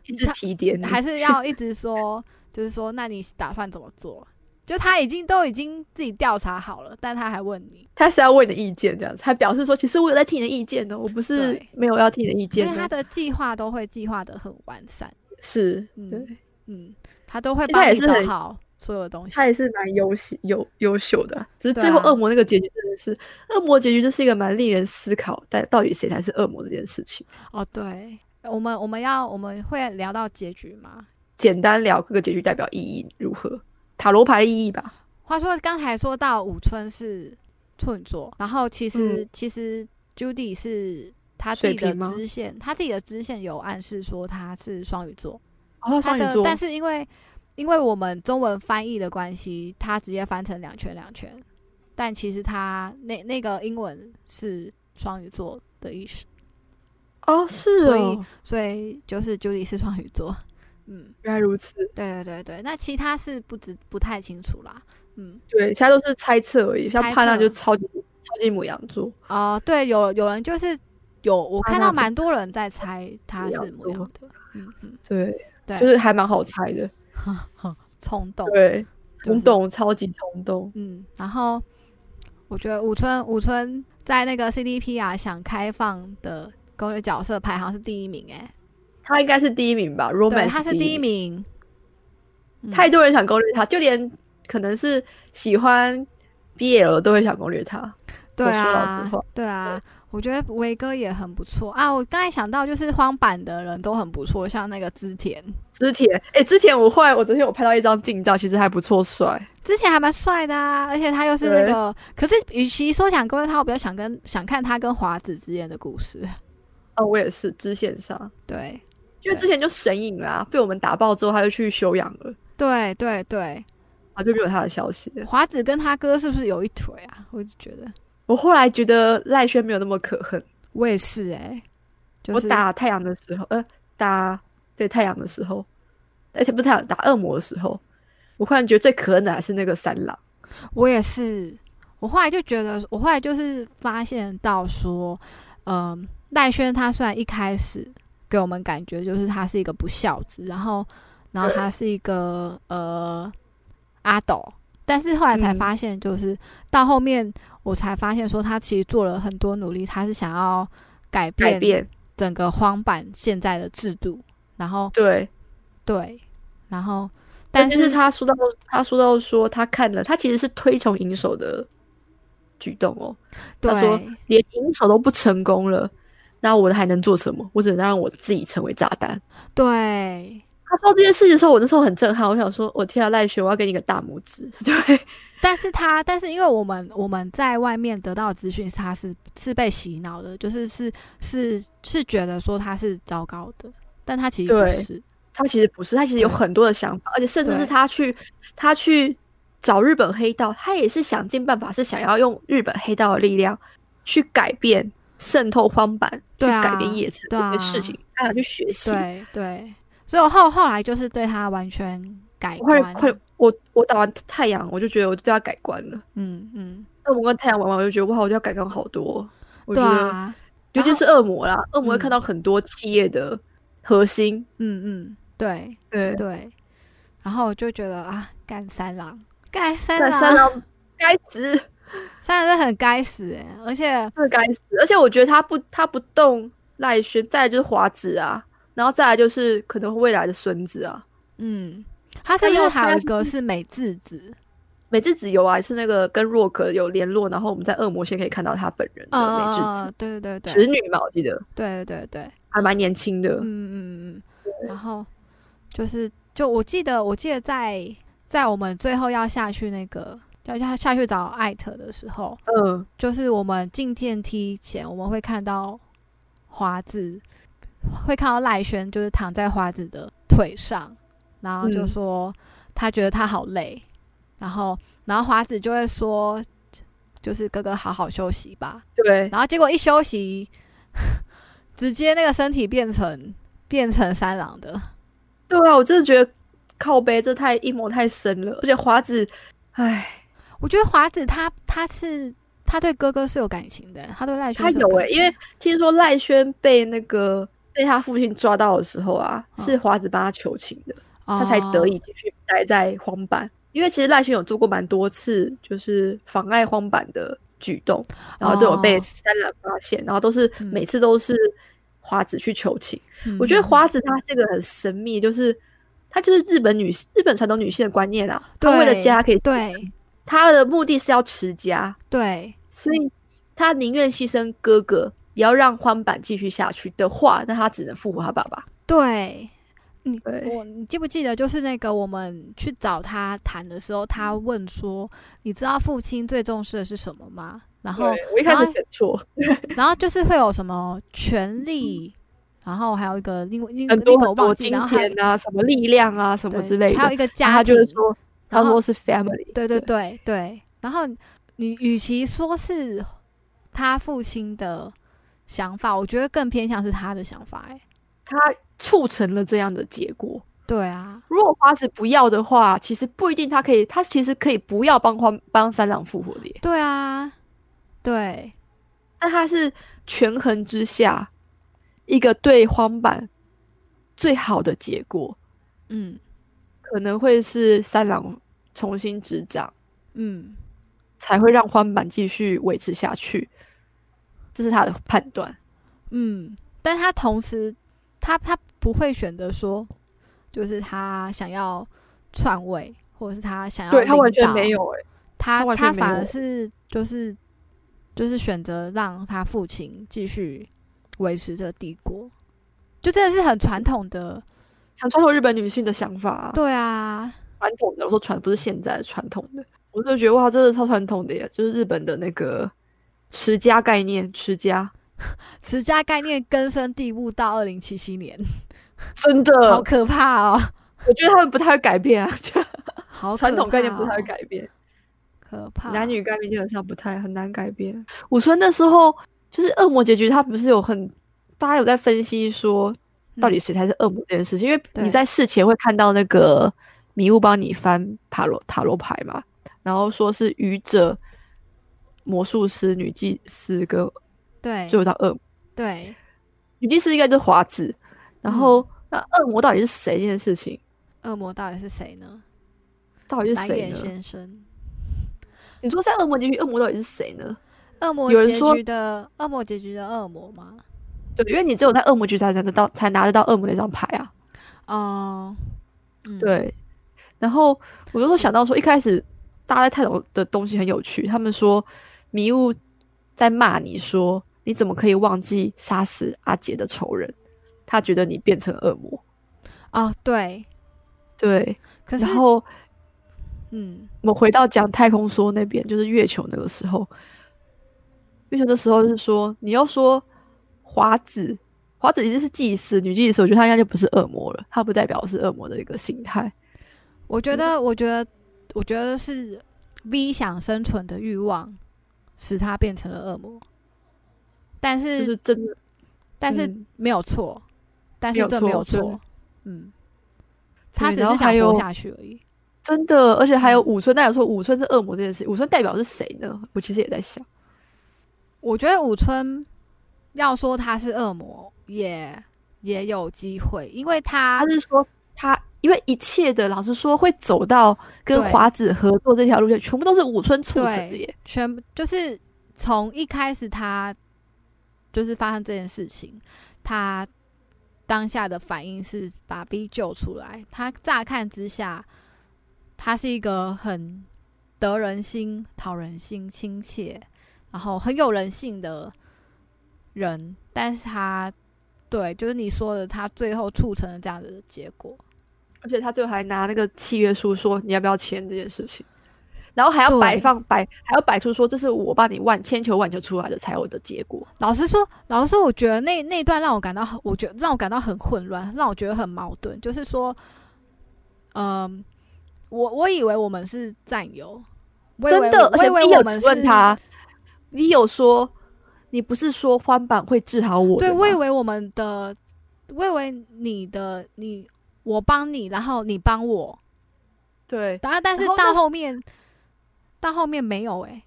S2: 一直提点你，
S4: 还是要一直说，就是说，那你打算怎么做？就他已经都已经自己调查好了，但他还问你，
S2: 他是要问你的意见这样子，他表示说其实我有在听你的意见哦，我不是
S4: 对
S2: 没有要听你的意
S4: 因
S2: 见
S4: 为他
S2: 哦，
S4: 的计划都会计划的很完善，
S2: 是
S4: 嗯
S2: 对。
S4: 嗯，他都会
S2: 其实
S4: 帮
S2: 他也
S4: 你
S2: 是
S4: 找
S2: 很
S4: 好所有东西
S2: 他。也是蛮优秀、优优秀的啊，只是
S4: 对
S2: 最后
S4: 啊
S2: 恶魔那个结局真的是，恶魔结局就是一个蛮令人思考，但到底谁才是恶魔这件事情。
S4: 哦，对，我们我们要我们会聊到结局吗？
S2: 简单聊各个结局代表意义如何，塔罗牌的意义吧。
S4: 话说刚才说到武村是处女座，然后其实、其实 Judy 是他自己
S2: 嗯水
S4: 的
S2: 瓶吗
S4: 支线，他自己的支线有暗示说他是双鱼座，
S2: 哦，
S4: 他
S2: 双鱼
S4: 的
S2: 座，
S4: 但是因为因为我们中文翻译的关系，他直接翻成两圈两圈，但其实他那那个英文是双鱼座的意思，
S2: 哦是
S4: 所以
S2: 哦，
S4: 所以就是 Judy 是双鱼座，嗯。
S2: 原来如此。
S4: 对对对对，那其他是不知不太清楚啦。嗯，
S2: 对，其他都是猜测而已。像
S4: 猜
S2: 帕娜
S4: 测
S2: 就超级超级母羊座，
S4: 哦、对，有有人就是有，我
S2: 他
S4: 看
S2: 啊那
S4: 到
S2: 只
S4: 蛮多人在猜他
S2: 比较
S4: 是母羊
S2: 多
S4: 的，嗯嗯，
S2: 对，
S4: 对
S2: 就是还蛮好猜的。
S4: 冲动，
S2: 对，
S4: 就
S2: 冲
S4: 是
S2: 动，超级冲动。
S4: 嗯，然后我觉得武村武村在那个 CDP 啊想开放的勾的角色排行是第一名、欸，哎，
S2: 他应该是第一名吧
S4: 对，
S2: ？Romance
S4: 他是第一名，嗯
S2: 太多人想攻略他，就连可能是喜欢 BL 都会想攻略他。
S4: 对
S2: 我说老
S4: 啊
S2: 实话，
S4: 对啊，我觉得维哥也很不错啊。我刚才想到就是荒坂的人都很不错，像那个织田，
S2: 之前，哎、之前我后来我昨天我拍到一张近照，其实还不错，帅。
S4: 之前还蛮帅的啊，而且他又是那个，可是与其说想跟他，我比较想跟想看他跟华子之间的故事。
S2: 哦，我也是支线上，
S4: 对，
S2: 因为
S4: 对
S2: 之前就神隐啦，被我们打爆之后，他就去休养了，
S4: 对对对，
S2: 啊，就没有他的消息了。
S4: 华子跟他哥是不是有一腿啊？我就觉得，
S2: 我后来觉得赖轩没有那么可恨。
S4: 我也是哎、就是
S2: 我打太阳的时候，呃，打对太阳的时候，而且不是太阳，打恶魔的时候，我忽然觉得最可恨的还是那个三郎。
S4: 我也是，我后来就觉得，我后来就是发现到说，嗯、赖轩他虽然一开始给我们感觉就是他是一个不孝子，然后，然后他是一个呃阿斗，但是后来才
S2: 嗯
S4: 发现，就是、到后面我才发现说，他其实做了很多努力，他是想要改
S2: 改
S4: 变
S2: 变，
S4: 整个荒坂现在的制度，然后
S2: 对，
S4: 对，然后
S2: 但
S4: 但
S2: 是
S4: 是
S2: 他说到他说到说他看了，他其实是推崇银手的举动哦，他说
S4: 对
S2: 连银手都不成功了，那我还能做什么？我只能让我自己成为炸弹。
S4: 对。
S2: 他说这件事情的时候，我那时候很震撼，我想说，我天啊，赖雪，我要给你一个大拇指。 对，
S4: 但是他，但是因为我们我们在外面得到的资讯，他是是被洗脑的，就是是是是觉得说他是糟糕的，但他其实不
S2: 对
S4: 是。
S2: 他其实不是，他其实有
S4: 对
S2: 很多的想法，而且甚至
S4: 对
S2: 是他去他去找日本黑道，他也是想尽办法，是想要用日本黑道的力量去改变、渗透荒坂，
S4: 对啊
S2: 去改变野城
S4: 对啊
S2: 这件事情，他想去学习。
S4: 对对，所以我后后来就是对他完全改
S2: 我快
S4: 观
S2: 点。快点，我我打完太阳，我就觉得我对他改观了。
S4: 嗯嗯，
S2: 恶魔跟太阳玩完，我就觉得哇，我对他改观好多。我
S4: 对
S2: 觉得，
S4: 啊，
S2: 尤其是恶魔啦，恶魔会
S4: 嗯
S2: 看到很多企业的核心，
S4: 嗯嗯，对
S2: 对，
S4: 对。然后我就觉得啊，干三郎，干三
S2: 但
S4: 郎，
S2: 三郎该死。
S4: 三郎真的很该死哎、而且
S2: 这该死！而且我觉得他不他不动赖轩，再来就是华子啊，然后再来就是可能未来的孙子啊，
S4: 嗯，他是
S2: 但
S4: 不
S2: 又
S4: 是还
S2: 他
S4: 有一
S2: 就
S4: 个是美智子？
S2: 美智子有啊，是那个跟若格有联络，然后我们在恶魔线可以看到他本人的美智
S4: 嗯，嗯嗯对
S2: 子，
S4: 对对
S2: 侄
S4: 对，
S2: 女嘛，我记得
S4: 对对对。
S2: 还蛮年轻的。
S4: 嗯嗯嗯嗯，然后就是就我记得我记得在在我们最后要下去那个要要下去找艾特的时候，
S2: 嗯，
S4: 就是我们进电梯前我们会看到华子，会看到赖轩就是躺在华子的腿上，然后就
S2: 嗯
S4: 说他觉得他好累，然后然后华子就会说就是哥哥好好休息吧，
S2: 对，
S4: 然后结果一休息， 直接那个身体变成变成三郎的，
S2: 对啊，我真的觉得靠背这太阴谋太深了，而且华子，唉，
S4: 我觉得华子他他是他对哥哥是有感情的，他对赖轩
S2: 他
S4: 是
S2: 有
S4: 感
S2: 哎、
S4: 情
S2: 因为听说赖轩被那个被他父亲抓到的时候啊，
S4: 嗯
S2: 是华子帮他求情的，他才得
S4: 哦
S2: 以继续待在荒坂。因为其实赖轩有做过蛮多次，就是妨碍荒坂的举动，然后都有被
S4: 哦
S2: 三郎发现，然后都是
S4: 嗯
S2: 每次都是华子去求情。
S4: 嗯
S2: 我觉得
S4: 嗯
S2: 华子她是一个很神秘，就是她就是日本女日本传统女性的观念啊，她为了
S4: 对
S2: 家可以，
S4: 对
S2: 她的目的是要持家，
S4: 对
S2: 所以她宁愿牺牲哥哥，也要让荒坂继续下去的话，那她只能复活她爸爸。
S4: 对，你
S2: 对
S4: 我你记不记得，就是那个我们去找他谈的时候，他
S2: 嗯
S4: 问说：“你知道父亲最重视的是什么吗？”然后，
S2: 对我一开始
S4: 然后
S2: 选错，
S4: 然后就是会有什么权利，然后还有一个另外另
S2: 嗯很多
S4: 另外我
S2: 很多
S4: 忘记，
S2: 金
S4: 然后还有
S2: 钱啊，什么力量啊，什么
S4: 对
S2: 之类的。
S4: 还有一个
S2: 然
S4: 家
S2: 后她就
S4: 庭
S2: 是说，她
S4: 然后
S2: 说是 family，
S4: 对对对对，然后你与其说是他父亲的想法，我觉得更偏向是他的想法、欸。哎，
S2: 她促成了这样的结果。
S4: 对啊，
S2: 如果花子不要的话，其实不一定她可以，她其实可以不要帮荒帮三郎复活的耶。
S4: 对啊，对，
S2: 但他是权衡之下一个对荒坂最好的结果，
S4: 嗯
S2: 可能会是三郎重新执掌，
S4: 嗯，
S2: 才会让荒坂继续维持下去。这是他的判断。
S4: 嗯，但他同时，他他不会选择说，就是他想要篡位，或者是他想要
S2: 对他完
S4: 领
S2: 全
S4: 导
S2: 没，有哎、
S4: 他
S2: 他完
S4: 他
S2: 全没
S4: 反而
S2: 有
S4: 是就是就是选择让他父亲继续维持这个帝国，就真的是很传统的，
S2: 很传统日本女性的想法、啊，
S4: 对啊，
S2: 传统的。我说传不是现在的传统的，我就觉得哇，真的超传统的耶，就是日本的那个持家概念，持家
S4: 持家概念根深蒂固到二零七七年，
S2: 真的，
S4: 好可怕哦，
S2: 我觉得他们不太会改变啊，就
S4: 好
S2: 传
S4: 可
S2: 统概念
S4: 怕
S2: 不太会
S4: 哦
S2: 改变。
S4: 可怕，
S2: 男女概念基本上不太很难改变。我说那时候就是恶魔结局，它不是有很大家有在分析说到底
S4: 嗯
S2: 谁才是恶魔这件事情，因为
S4: 对
S2: 你在事前会看到那个迷雾帮你翻塔罗塔罗牌嘛，然后说是愚者、魔术师、女祭司跟
S4: 对
S2: 最后到恶魔
S4: 对
S2: 女祭司应该就是华子，然
S4: 嗯
S2: 后、那恶魔到底是谁这件事情，
S4: 恶魔到底是谁呢？
S2: 到底是
S4: 白
S2: 谁
S4: 眼
S2: 呢？
S4: 先生。
S2: 你说在恶魔结局，恶魔到底是谁呢？
S4: 恶魔
S2: 有人
S4: 结
S2: 说
S4: 局的恶魔结局的恶魔吗？
S2: 对，因为你只有在恶魔局才拿得到，才拿得到恶魔那张牌啊。
S4: 哦、嗯，
S2: 对，然后我就说想到说，一开始大家在探讨的东西很有趣，他们说迷雾在骂你说你怎么可以忘记杀死阿杰的仇人，他觉得你变成恶魔。
S4: 哦，对。
S2: 对，
S4: 可是
S2: 然，后
S4: 嗯，
S2: 我们回到讲太空梭那边，就是月球那个时候，月球的时候是说，你要说华子，华子已经是祭司，女祭司，我觉得她应该就不是恶魔了，她不代表是恶魔的一个形态。
S4: 我
S2: 嗯
S4: 觉得，我觉得，我觉得是 V 想生存的欲望使他变成了恶魔，但，
S2: 就是是真的，
S4: 但是
S2: 嗯
S4: 没有错，但
S2: 没
S4: 是
S2: 有
S4: 这没有
S2: 错对
S4: 错，嗯，他只
S2: 然
S4: 是
S2: 后还
S4: 想
S2: 有
S4: 活下去而已。
S2: 真的，而且还有
S4: 嗯
S2: 武村，大家有说武村是恶魔这件事，武村代表是谁呢？我其实也在想，
S4: 我觉得武村要说他是恶魔，也也有机会，因为他
S2: 他是说他。因为一切的，老实说，会走到跟
S4: 对
S2: 华子合作这条路线，全部都是武村促成的
S4: 对
S2: 耶。
S4: 全部就是从一开始他就是发生这件事情，他当下的反应是把 B 救出来。他乍看之下，他是一个很得人心、讨人心、亲切，然后很有人性的人，但是他对，就是你说的，他最后促成了这样的结果。
S2: 而且他最后还拿那个契约书说你要不要签这件事情，然后还要摆
S4: 对
S2: 放摆，还要摆出说这是我帮你万千求万求出来的才有的结果。
S4: 老实说，老实说，我觉得那那一段让我感到很，我觉得让我感到很混乱，让我觉得很矛盾。就是说，嗯、我我以为我们是战友，我以
S2: 真
S4: 为
S2: 的，
S4: 我
S2: 而
S4: 我
S2: 且 V
S4: 以为我
S2: 有
S4: 们
S2: 质
S4: 是
S2: 问他，，V 有说你不是说翻版会治好我的
S4: 对，
S2: 吗
S4: 我以为我们的，我以为你的你我帮你，然后你帮我，
S2: 对，
S4: 然后但是
S2: 然后
S4: 到
S2: 那
S4: 后面到后面没有哎、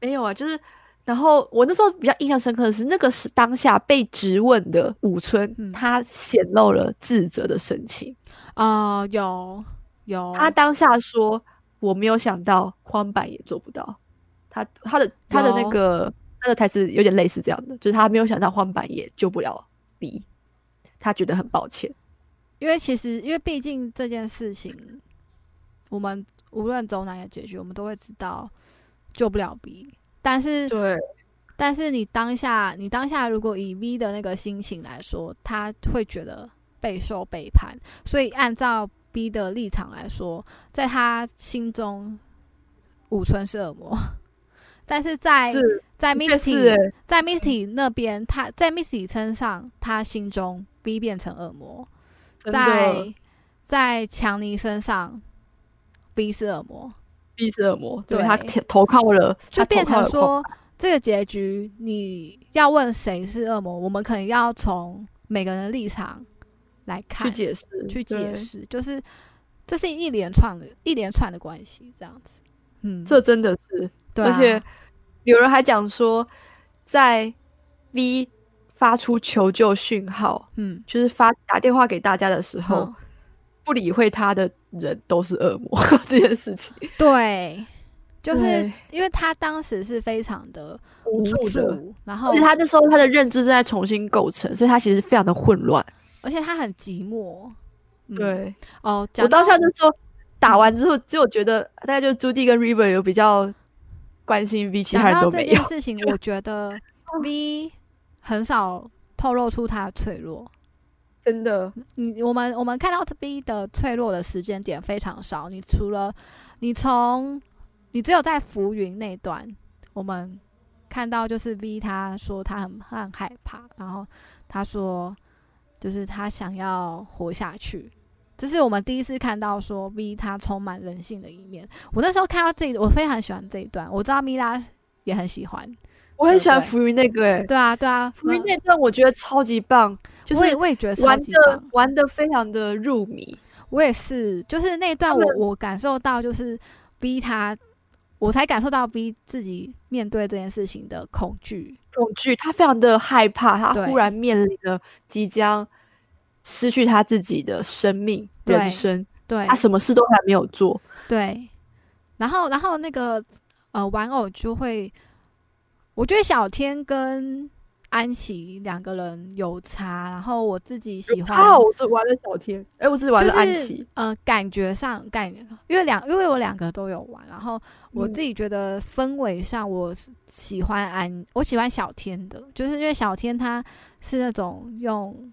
S2: 没有啊，就是。然后我那时候比较印象深刻的是，那个是当下被质问的武村，
S4: 嗯
S2: 他显露了自责的神情。
S4: 啊、有有
S2: 他当下说：“我没有想到荒坂也做不到。他”他的他的那
S4: 有
S2: 个他的台词有点类似这样的，就是他没有想到荒坂也救不了 B，他觉得很抱歉。
S4: 因为其实，因为毕竟这件事情，我们无论走哪个结局，我们都会知道救不了 B。但是，
S2: 对
S4: 但是你当下，你当下如果以 V 的那个心情来说，他会觉得备受背叛。所以，按照 B 的立场来说，在他心中，武村是恶魔。 但是在
S2: 是
S4: 在
S2: 确实、
S4: Misty
S2: 欸，
S4: 在 Misty 那边，他在 Misty 身上，他心中 B 变成恶魔。
S2: 真的
S4: 在在强尼身上，B 是恶魔，
S2: 逼是恶魔，对
S4: 对
S2: 他投投靠了，他
S4: 就
S2: 投
S4: 变
S2: 靠
S4: 成
S2: 了
S4: 说这个结局你要问谁是恶魔，我们可能要从每个人的立场来
S2: 狂
S4: 看
S2: 去解释，
S4: 去解
S2: 对，
S4: 释，就是这是一连串的一连串的关系，这样子。嗯，
S2: 这真的是
S4: 对啊、
S2: 而且有人还讲说，在 V 发出求救讯号，
S4: 嗯，
S2: 就是发打电话给大家的时候。
S4: 好，
S2: 不理会他的人都是恶魔 这件事情，
S4: 对，就是
S2: 对
S4: 因为他当时是非常的
S2: 无
S4: 无
S2: 助的。
S4: 助，然后
S2: 而且他那时候他的认知正在重新构成，所以他其实非常的混乱。
S4: 而且他很寂寞。嗯、，
S2: 对
S4: 哦，
S2: 我
S4: 讲
S2: 当
S4: 到
S2: 下那时候打完之后，只有觉得大概就朱棣跟 River 有比较关心 V，其他
S4: 讲
S2: 人
S4: 到
S2: 都
S4: 这
S2: 没
S4: 件
S2: 有。
S4: 事情，我觉得 V 很少透露出他的脆弱。
S2: 真的，
S4: 你我们我们看到 V 的脆弱的时间点非常少。你除了你从你只有在浮云那段，我们看到就是 V 他说他很他很害怕，然后他说就是他想要活下去。这是我们第一次看到说 V 他充满人性的一面。我那时候看到这一，我非常喜欢这一段。我知道米拉也很喜欢。
S2: 我很喜欢
S4: 对
S2: 浮云那个、欸，
S4: 对啊，对啊，
S2: 浮云
S4: 嗯
S2: 那段我觉得超级棒，就
S4: 我也
S2: 是
S4: 我也觉得超
S2: 玩
S4: 级
S2: 的
S4: 棒。
S2: 玩的非常的入迷。
S4: 我也是，就是那一段
S2: 他
S4: 我
S2: 们
S4: 我感受到，就是逼他，我才感受到逼自己面对这件事情的恐惧。
S2: 恐惧，他非常的害怕，他
S4: 对
S2: 忽然面临了即将失去他自己的生命、
S4: 对
S2: 人生，
S4: 对
S2: 他什么事都还没有做，
S4: 对，然后然后那个呃玩偶就会，我觉得小天跟安琪两个人有差，然后我自己喜欢
S2: 他我只玩了小天，哎、我只玩
S4: 就
S2: 了安
S4: 是
S2: 琪，
S4: 呃，感觉上感，因为两因为我两个都有玩，然后我自己觉得氛围上我是喜欢安，我喜欢小天的，就是因为小天他是那种用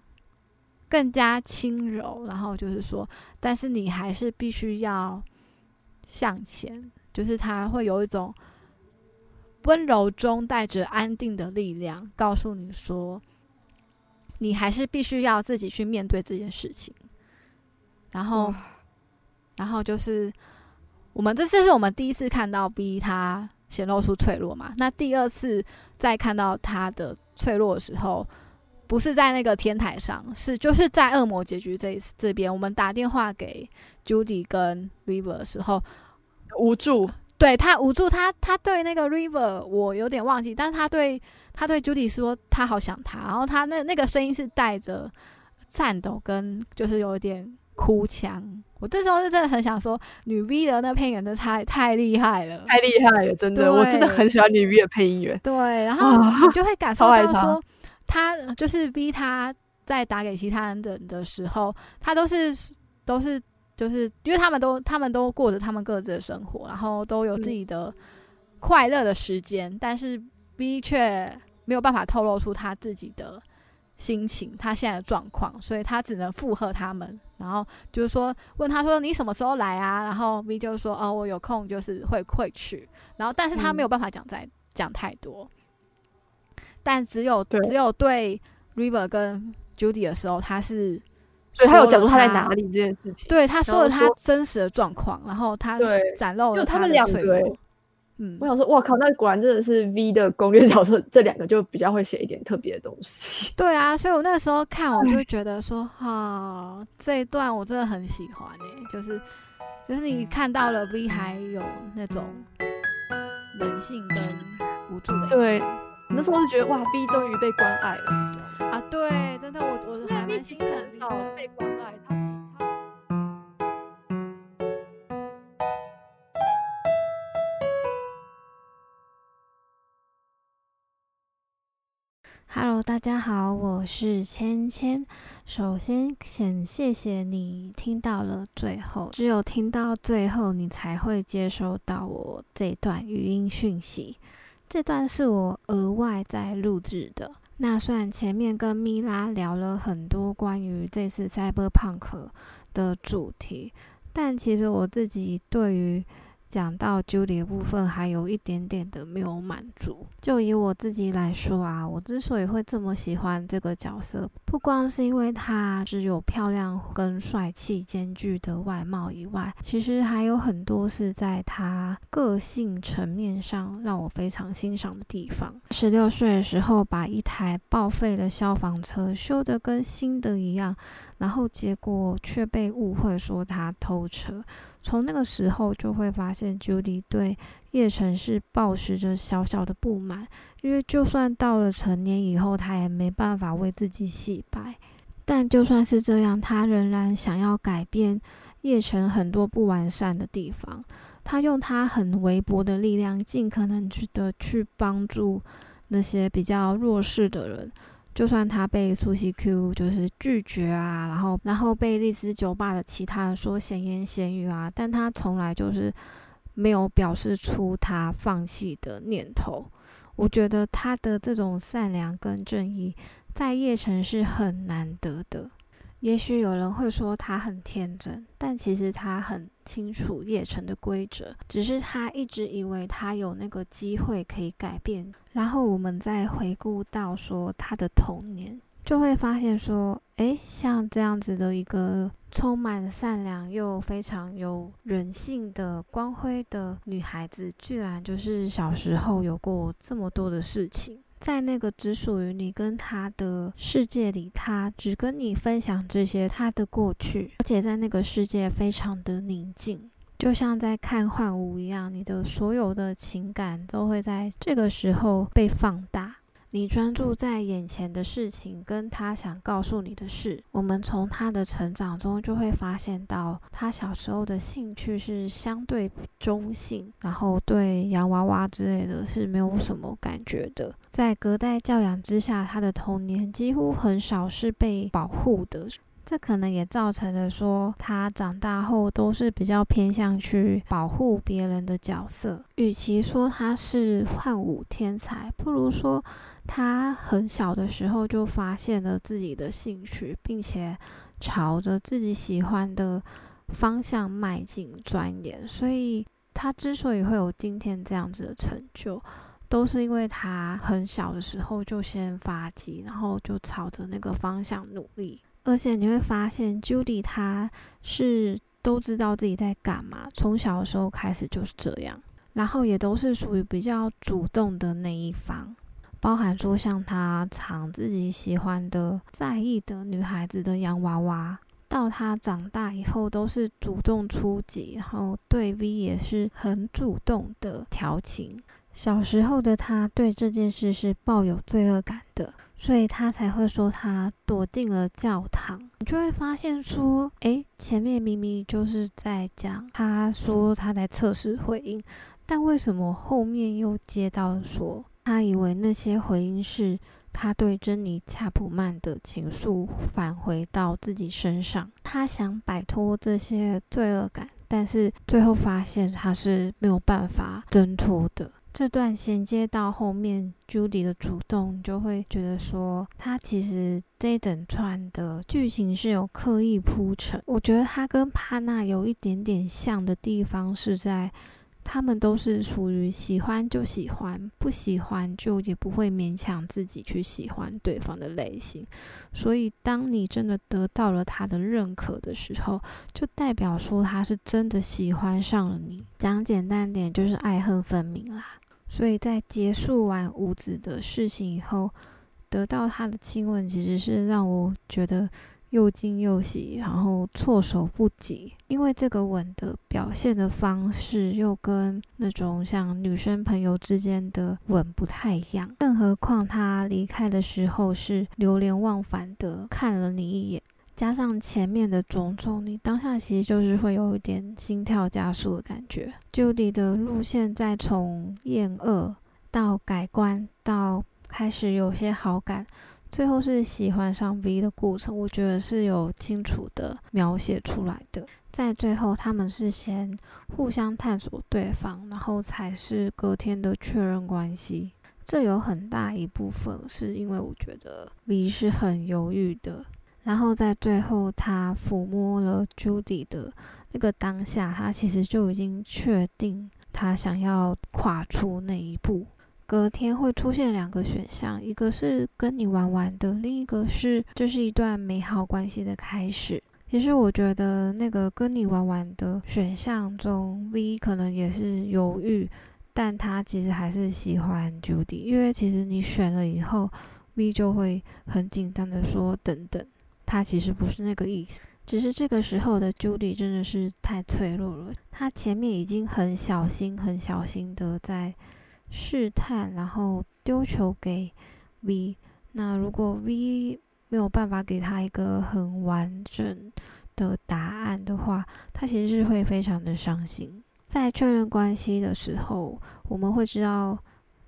S4: 更加轻柔，然后就是说，但是你还是必须要向前，就是他会有一种温柔中带着安定的力量，告诉你说，你还是必须要自己去面对这件事情。然后，然后就是我们这这是我们第一次看到 B 他显露出脆弱嘛？那第二次再看到他的脆弱的时候，不是在那个天台上，是就是在恶魔结局这一次这边，我们打电话给 Judy 跟 River 的时候，
S2: 无助，
S4: 对他无助，他他对那个 River 我有点忘记，但是他对他对 Judy 说他好想他，然后他那那个声音是带着颤抖跟就是有一点哭腔。我这时候是真的很想说，女 V 的那配音员真的太太厉害了，
S2: 太厉害了，真
S4: 对
S2: 的，我真的很喜欢女 V 的配音员，
S4: 对，然后
S2: 啊
S4: 你就会感受
S2: 超爱
S4: 到
S2: 他
S4: 说，他就是 V 他在打给其他人的的时候，他都是都是就是因为他们都他们都过着他们各自的生活，然后都有
S2: 嗯
S4: 自己的快乐的时间，但是 V 却没有办法透露出他自己的心情，他现在的状况，所以他只能附和他们，然后就是说问他说你什么时候来啊？然后 V 就说哦我有空就是会会去，然后但是他没有办法讲再讲太多，但只有
S2: 对
S4: 只有对 River 跟 Judy 的时候，他是
S2: 所以他有
S4: 说
S2: 讲
S4: 了
S2: 出他在哪里这件事情，
S4: 对，他说了
S2: 然
S4: 他
S2: 后说
S4: 真实的状况，然后他
S2: 对
S4: 展露
S2: 就
S4: 了
S2: 他
S4: 的
S2: 们两
S4: 脆
S2: 个
S4: 弱
S2: 欸
S1: 嗯
S2: 我，想说，哇靠，那果然真的是 V 的攻略角色，这两个就比较会写一点特别的东西。
S1: 对啊，所以我那时候看，我就会觉得说，哈、这一段我真的很喜欢诶、就是就是你看到了 V 还有那种人性跟无助的
S2: 对，那时候就觉得哇，V 终于被关爱了，
S1: 啊，对，真的我我还蛮心疼 V
S2: 到
S1: 的。
S2: 被关爱，他其实他。
S1: Hello，大家好，我是芊芊。首先，先谢谢你听到了最后，只有听到最后，你才会接收到我这段语音讯息。这段是我额外在录制的。那虽然前面跟米拉聊了很多关于这次 Cyberpunk 的主题，但其实我自己对于讲到 Judy 的部分，还有一点点的没有满足。就以我自己来说啊，我之所以会这么喜欢这个角色，不光是因为她只有漂亮跟帅气兼具的外貌以外，其实还有很多是在她个性层面上让我非常欣赏的地方。十六岁的时候，把一台报废的消防车修得跟新的一样，然后结果却被误会说她偷车。从那个时候就会发现，Judy 对叶城是抱持着小小的不满，因为就算到了成年以后，她也没办法为自己洗白。但就算是这样，她仍然想要改变叶城很多不完善的地方。她用她很微薄的力量，尽可能去的去帮助那些比较弱势的人。就算他被苏西 Q 就是拒绝啊，然后然后被丽兹酒吧的其他人说闲言闲语啊，但他从来就是没有表示出他放弃的念头。我觉得他的这种善良跟正义，在叶城是很难得的。也许有人会说他很天真，但其实他很清楚叶城的规则，只是他一直以为他有那个机会可以改变。然后我们再回顾到说他的童年，就会发现说，诶，像这样子的一个充满善良又非常有人性的光辉的女孩子，居然就是小时候有过这么多的事情。在那个只属于你跟他的世界里，他只跟你分享这些他的过去，而且在那个世界非常的宁静，就像在看幻舞一样，你的所有的情感都会在这个时候被放大。你专注在眼前的事情，跟他想告诉你的事。我们从他的成长中就会发现到，他小时候的兴趣是相对中性，然后对洋娃娃之类的是没有什么感觉的。在隔代教养之下，他的童年几乎很少是被保护的。这可能也造成了说他长大后都是比较偏向去保护别人的角色。与其说他是幻舞天才，不如说他很小的时候就发现了自己的兴趣，并且朝着自己喜欢的方向迈进钻研。所以，他之所以会有今天这样子的成就，都是因为他很小的时候就先发迹，然后就朝着那个方向努力。而且你会发现，Judy 她是都知道自己在干嘛，从小的时候开始就是这样，然后也都是属于比较主动的那一方。包含说像他常自己喜欢的、在意的女孩子的洋娃娃，到他长大以后都是主动出击，然后对 V 也是很主动的调情。小时候的他对这件事是抱有罪恶感的，所以他才会说他躲进了教堂。你就会发现说，诶，前面明明就是在讲他说他在测试回应，但为什么后面又接到说他以为那些回音是他对珍妮·恰普曼的情愫返回到自己身上？他想摆脱这些罪恶感，但是最后发现他是没有办法挣脱的。这段衔接到后面，Judy 的主动，你就会觉得说，他其实这一整串的剧情是有刻意铺陈。我觉得他跟帕娜有一点点像的地方是在他们都是属于喜欢就喜欢，不喜欢就也不会勉强自己去喜欢对方的类型。所以，当你真的得到了他的认可的时候，就代表说他是真的喜欢上了你。讲简单点，就是爱恨分明啦。所以在结束完五子的事情以后，得到他的亲吻，其实是让我觉得又惊又喜，然后措手不及。因为这个吻的表现的方式又跟那种像女生朋友之间的吻不太一样，更何况他离开的时候是流连忘返的看了你一眼，加上前面的种种，你当下其实就是会有一点心跳加速的感觉。Judy 的路线在从厌恶到改观到开始有些好感，最后是喜欢上 V 的过程，我觉得是有清楚的描写出来的。在最后，他们是先互相探索对方，然后才是隔天的确认关系。这有很大一部分是因为我觉得 V 是很犹豫的，然后在最后他抚摸了 Judy 的那个当下，他其实就已经确定他想要跨出那一步。隔天会出现两个选项，一个是跟你玩玩的，另一个是这是一段美好关系的开始。其实我觉得那个跟你玩玩的选项中，V 可能也是犹豫，但他其实还是喜欢 Judy，因为其实你选了以后，V 就会很紧张的说等等，他其实不是那个意思。只是这个时候的 Judy 真的是太脆弱了，她前面已经很小心、很小心的在试探，然后丢球给 V。那如果 V 没有办法给他一个很完整的答案的话，他其实是会非常的伤心。在确认关系的时候，我们会知道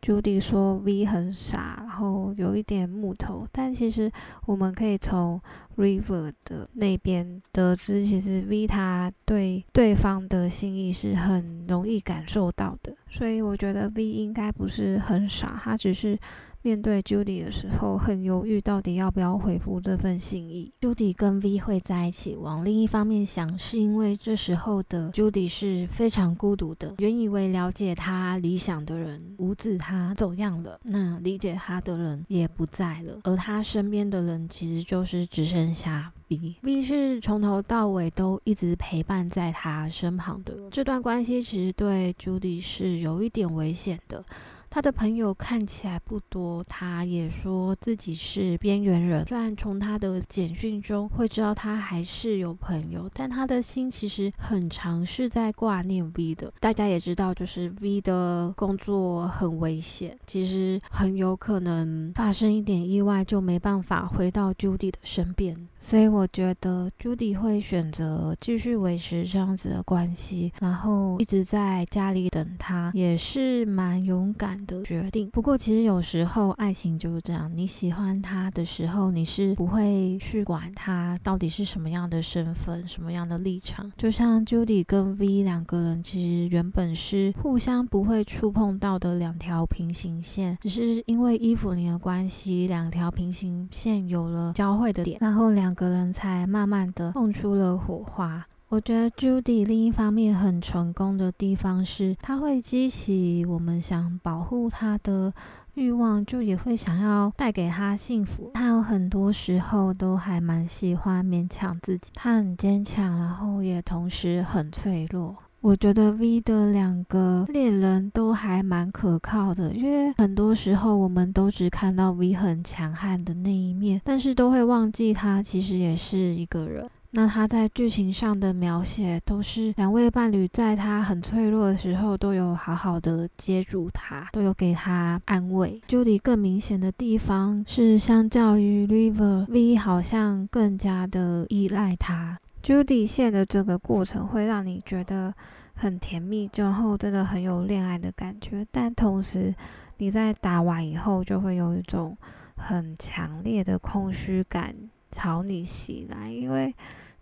S1: Judy 说 V 很傻，然后有一点木头，但其实我们可以从 River 的那边得知，其实 V 他对对方的心意是很容易感受到的，所以我觉得 V 应该不是很傻，他只是面对 Judy 的时候很犹豫，到底要不要回复这份心意。
S5: Judy 跟 V 会在一起。往另一方面想，是因为这时候的 Judy 是非常孤独的。原以为了解他理想的人无子他走样了，那理解他的人也不在了，而他身边的人其实就是只剩下 V。V 是从头到尾都一直陪伴在他身旁的。这段关系其实对 Judy 是有一点危险的。他的朋友看起来不多，他也说自己是边缘人。虽然从他的简讯中会知道他还是有朋友，但他的心其实很常是在挂念 V 的。大家也知道，就是 V 的工作很危险，其实很有可能发生一点意外就没办法回到 Judy 的身边。所以我觉得 Judy 会选择继续维持这样子的关系，然后一直在家里等他，也是蛮勇敢的决定。不过其实有时候爱情就是这样，你喜欢他的时候，你是不会去管他到底是什么样的身份、什么样的立场。就像 Judy 跟 V 两个人，其实原本是互相不会触碰到的两条平行线，只是因为伊芙琳的关系，两条平行线有了交汇的点，然后两个人才慢慢的碰出了火花。我觉得 Judy 另一方面很成功的地方是，她会激起我们想保护她的欲望，就也会想要带给她幸福。她有很多时候都还蛮喜欢勉强自己，她很坚强，然后也同时很脆弱。我觉得 V 的两个恋人都还蛮可靠的，因为很多时候我们都只看到 V 很强悍的那一面，但是都会忘记他其实也是一个人。那他在剧情上的描写都是两位伴侣在他很脆弱的时候都有好好的接住他，都有给他安慰。Judy 更明显的地方是，相较于 River，V 好像更加的依赖他。
S1: Judy 线的这个过程会让你觉得很甜蜜，然后真的很有恋爱的感觉，但同时你在打完以后就会有一种很强烈的空虚感朝你袭来，因为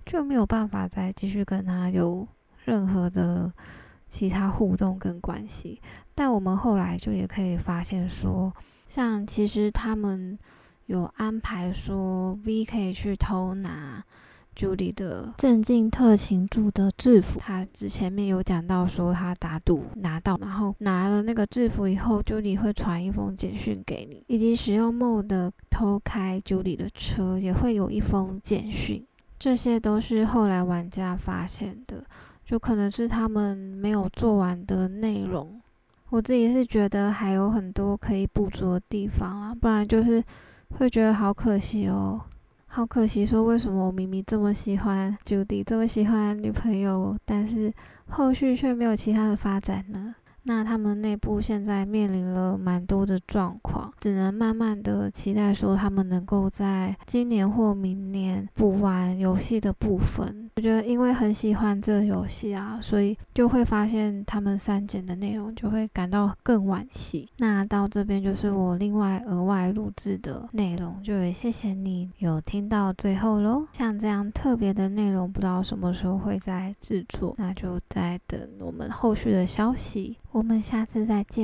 S1: 就没有办法再继续跟他有任何的其他互动跟关系。但我们后来就也可以发现说，像其实他们有安排说 V 可以去偷拿。 Judy 的镇静特勤组的制服。他之前面有讲到说他打赌拿到，然后拿了那个制服以后，Judy 会传一封简讯给你，以及使用 Mo 的偷开 Judy 的车也会有一封简讯。这些都是后来玩家发现的，就可能是他们没有做完的内容。我自己是觉得还有很多可以补足的地方啦，不然就是会觉得好可惜哦，好可惜。说为什么我明明这么喜欢 Judy，这么喜欢女朋友，但是后续却没有其他的发展呢？那他们内部现在面临了蛮多的状况，只能慢慢的期待说他们能够在今年或明年补完游戏的部分。我觉得因为很喜欢这个游戏啊，所以就会发现他们删减的内容就会感到更惋惜。那到这边就是我另外额外录制的内容，就也谢谢你有听到最后喽。像这样特别的内容，不知道什么时候会再制作，那就再等我们后续的消息。我们下次再见。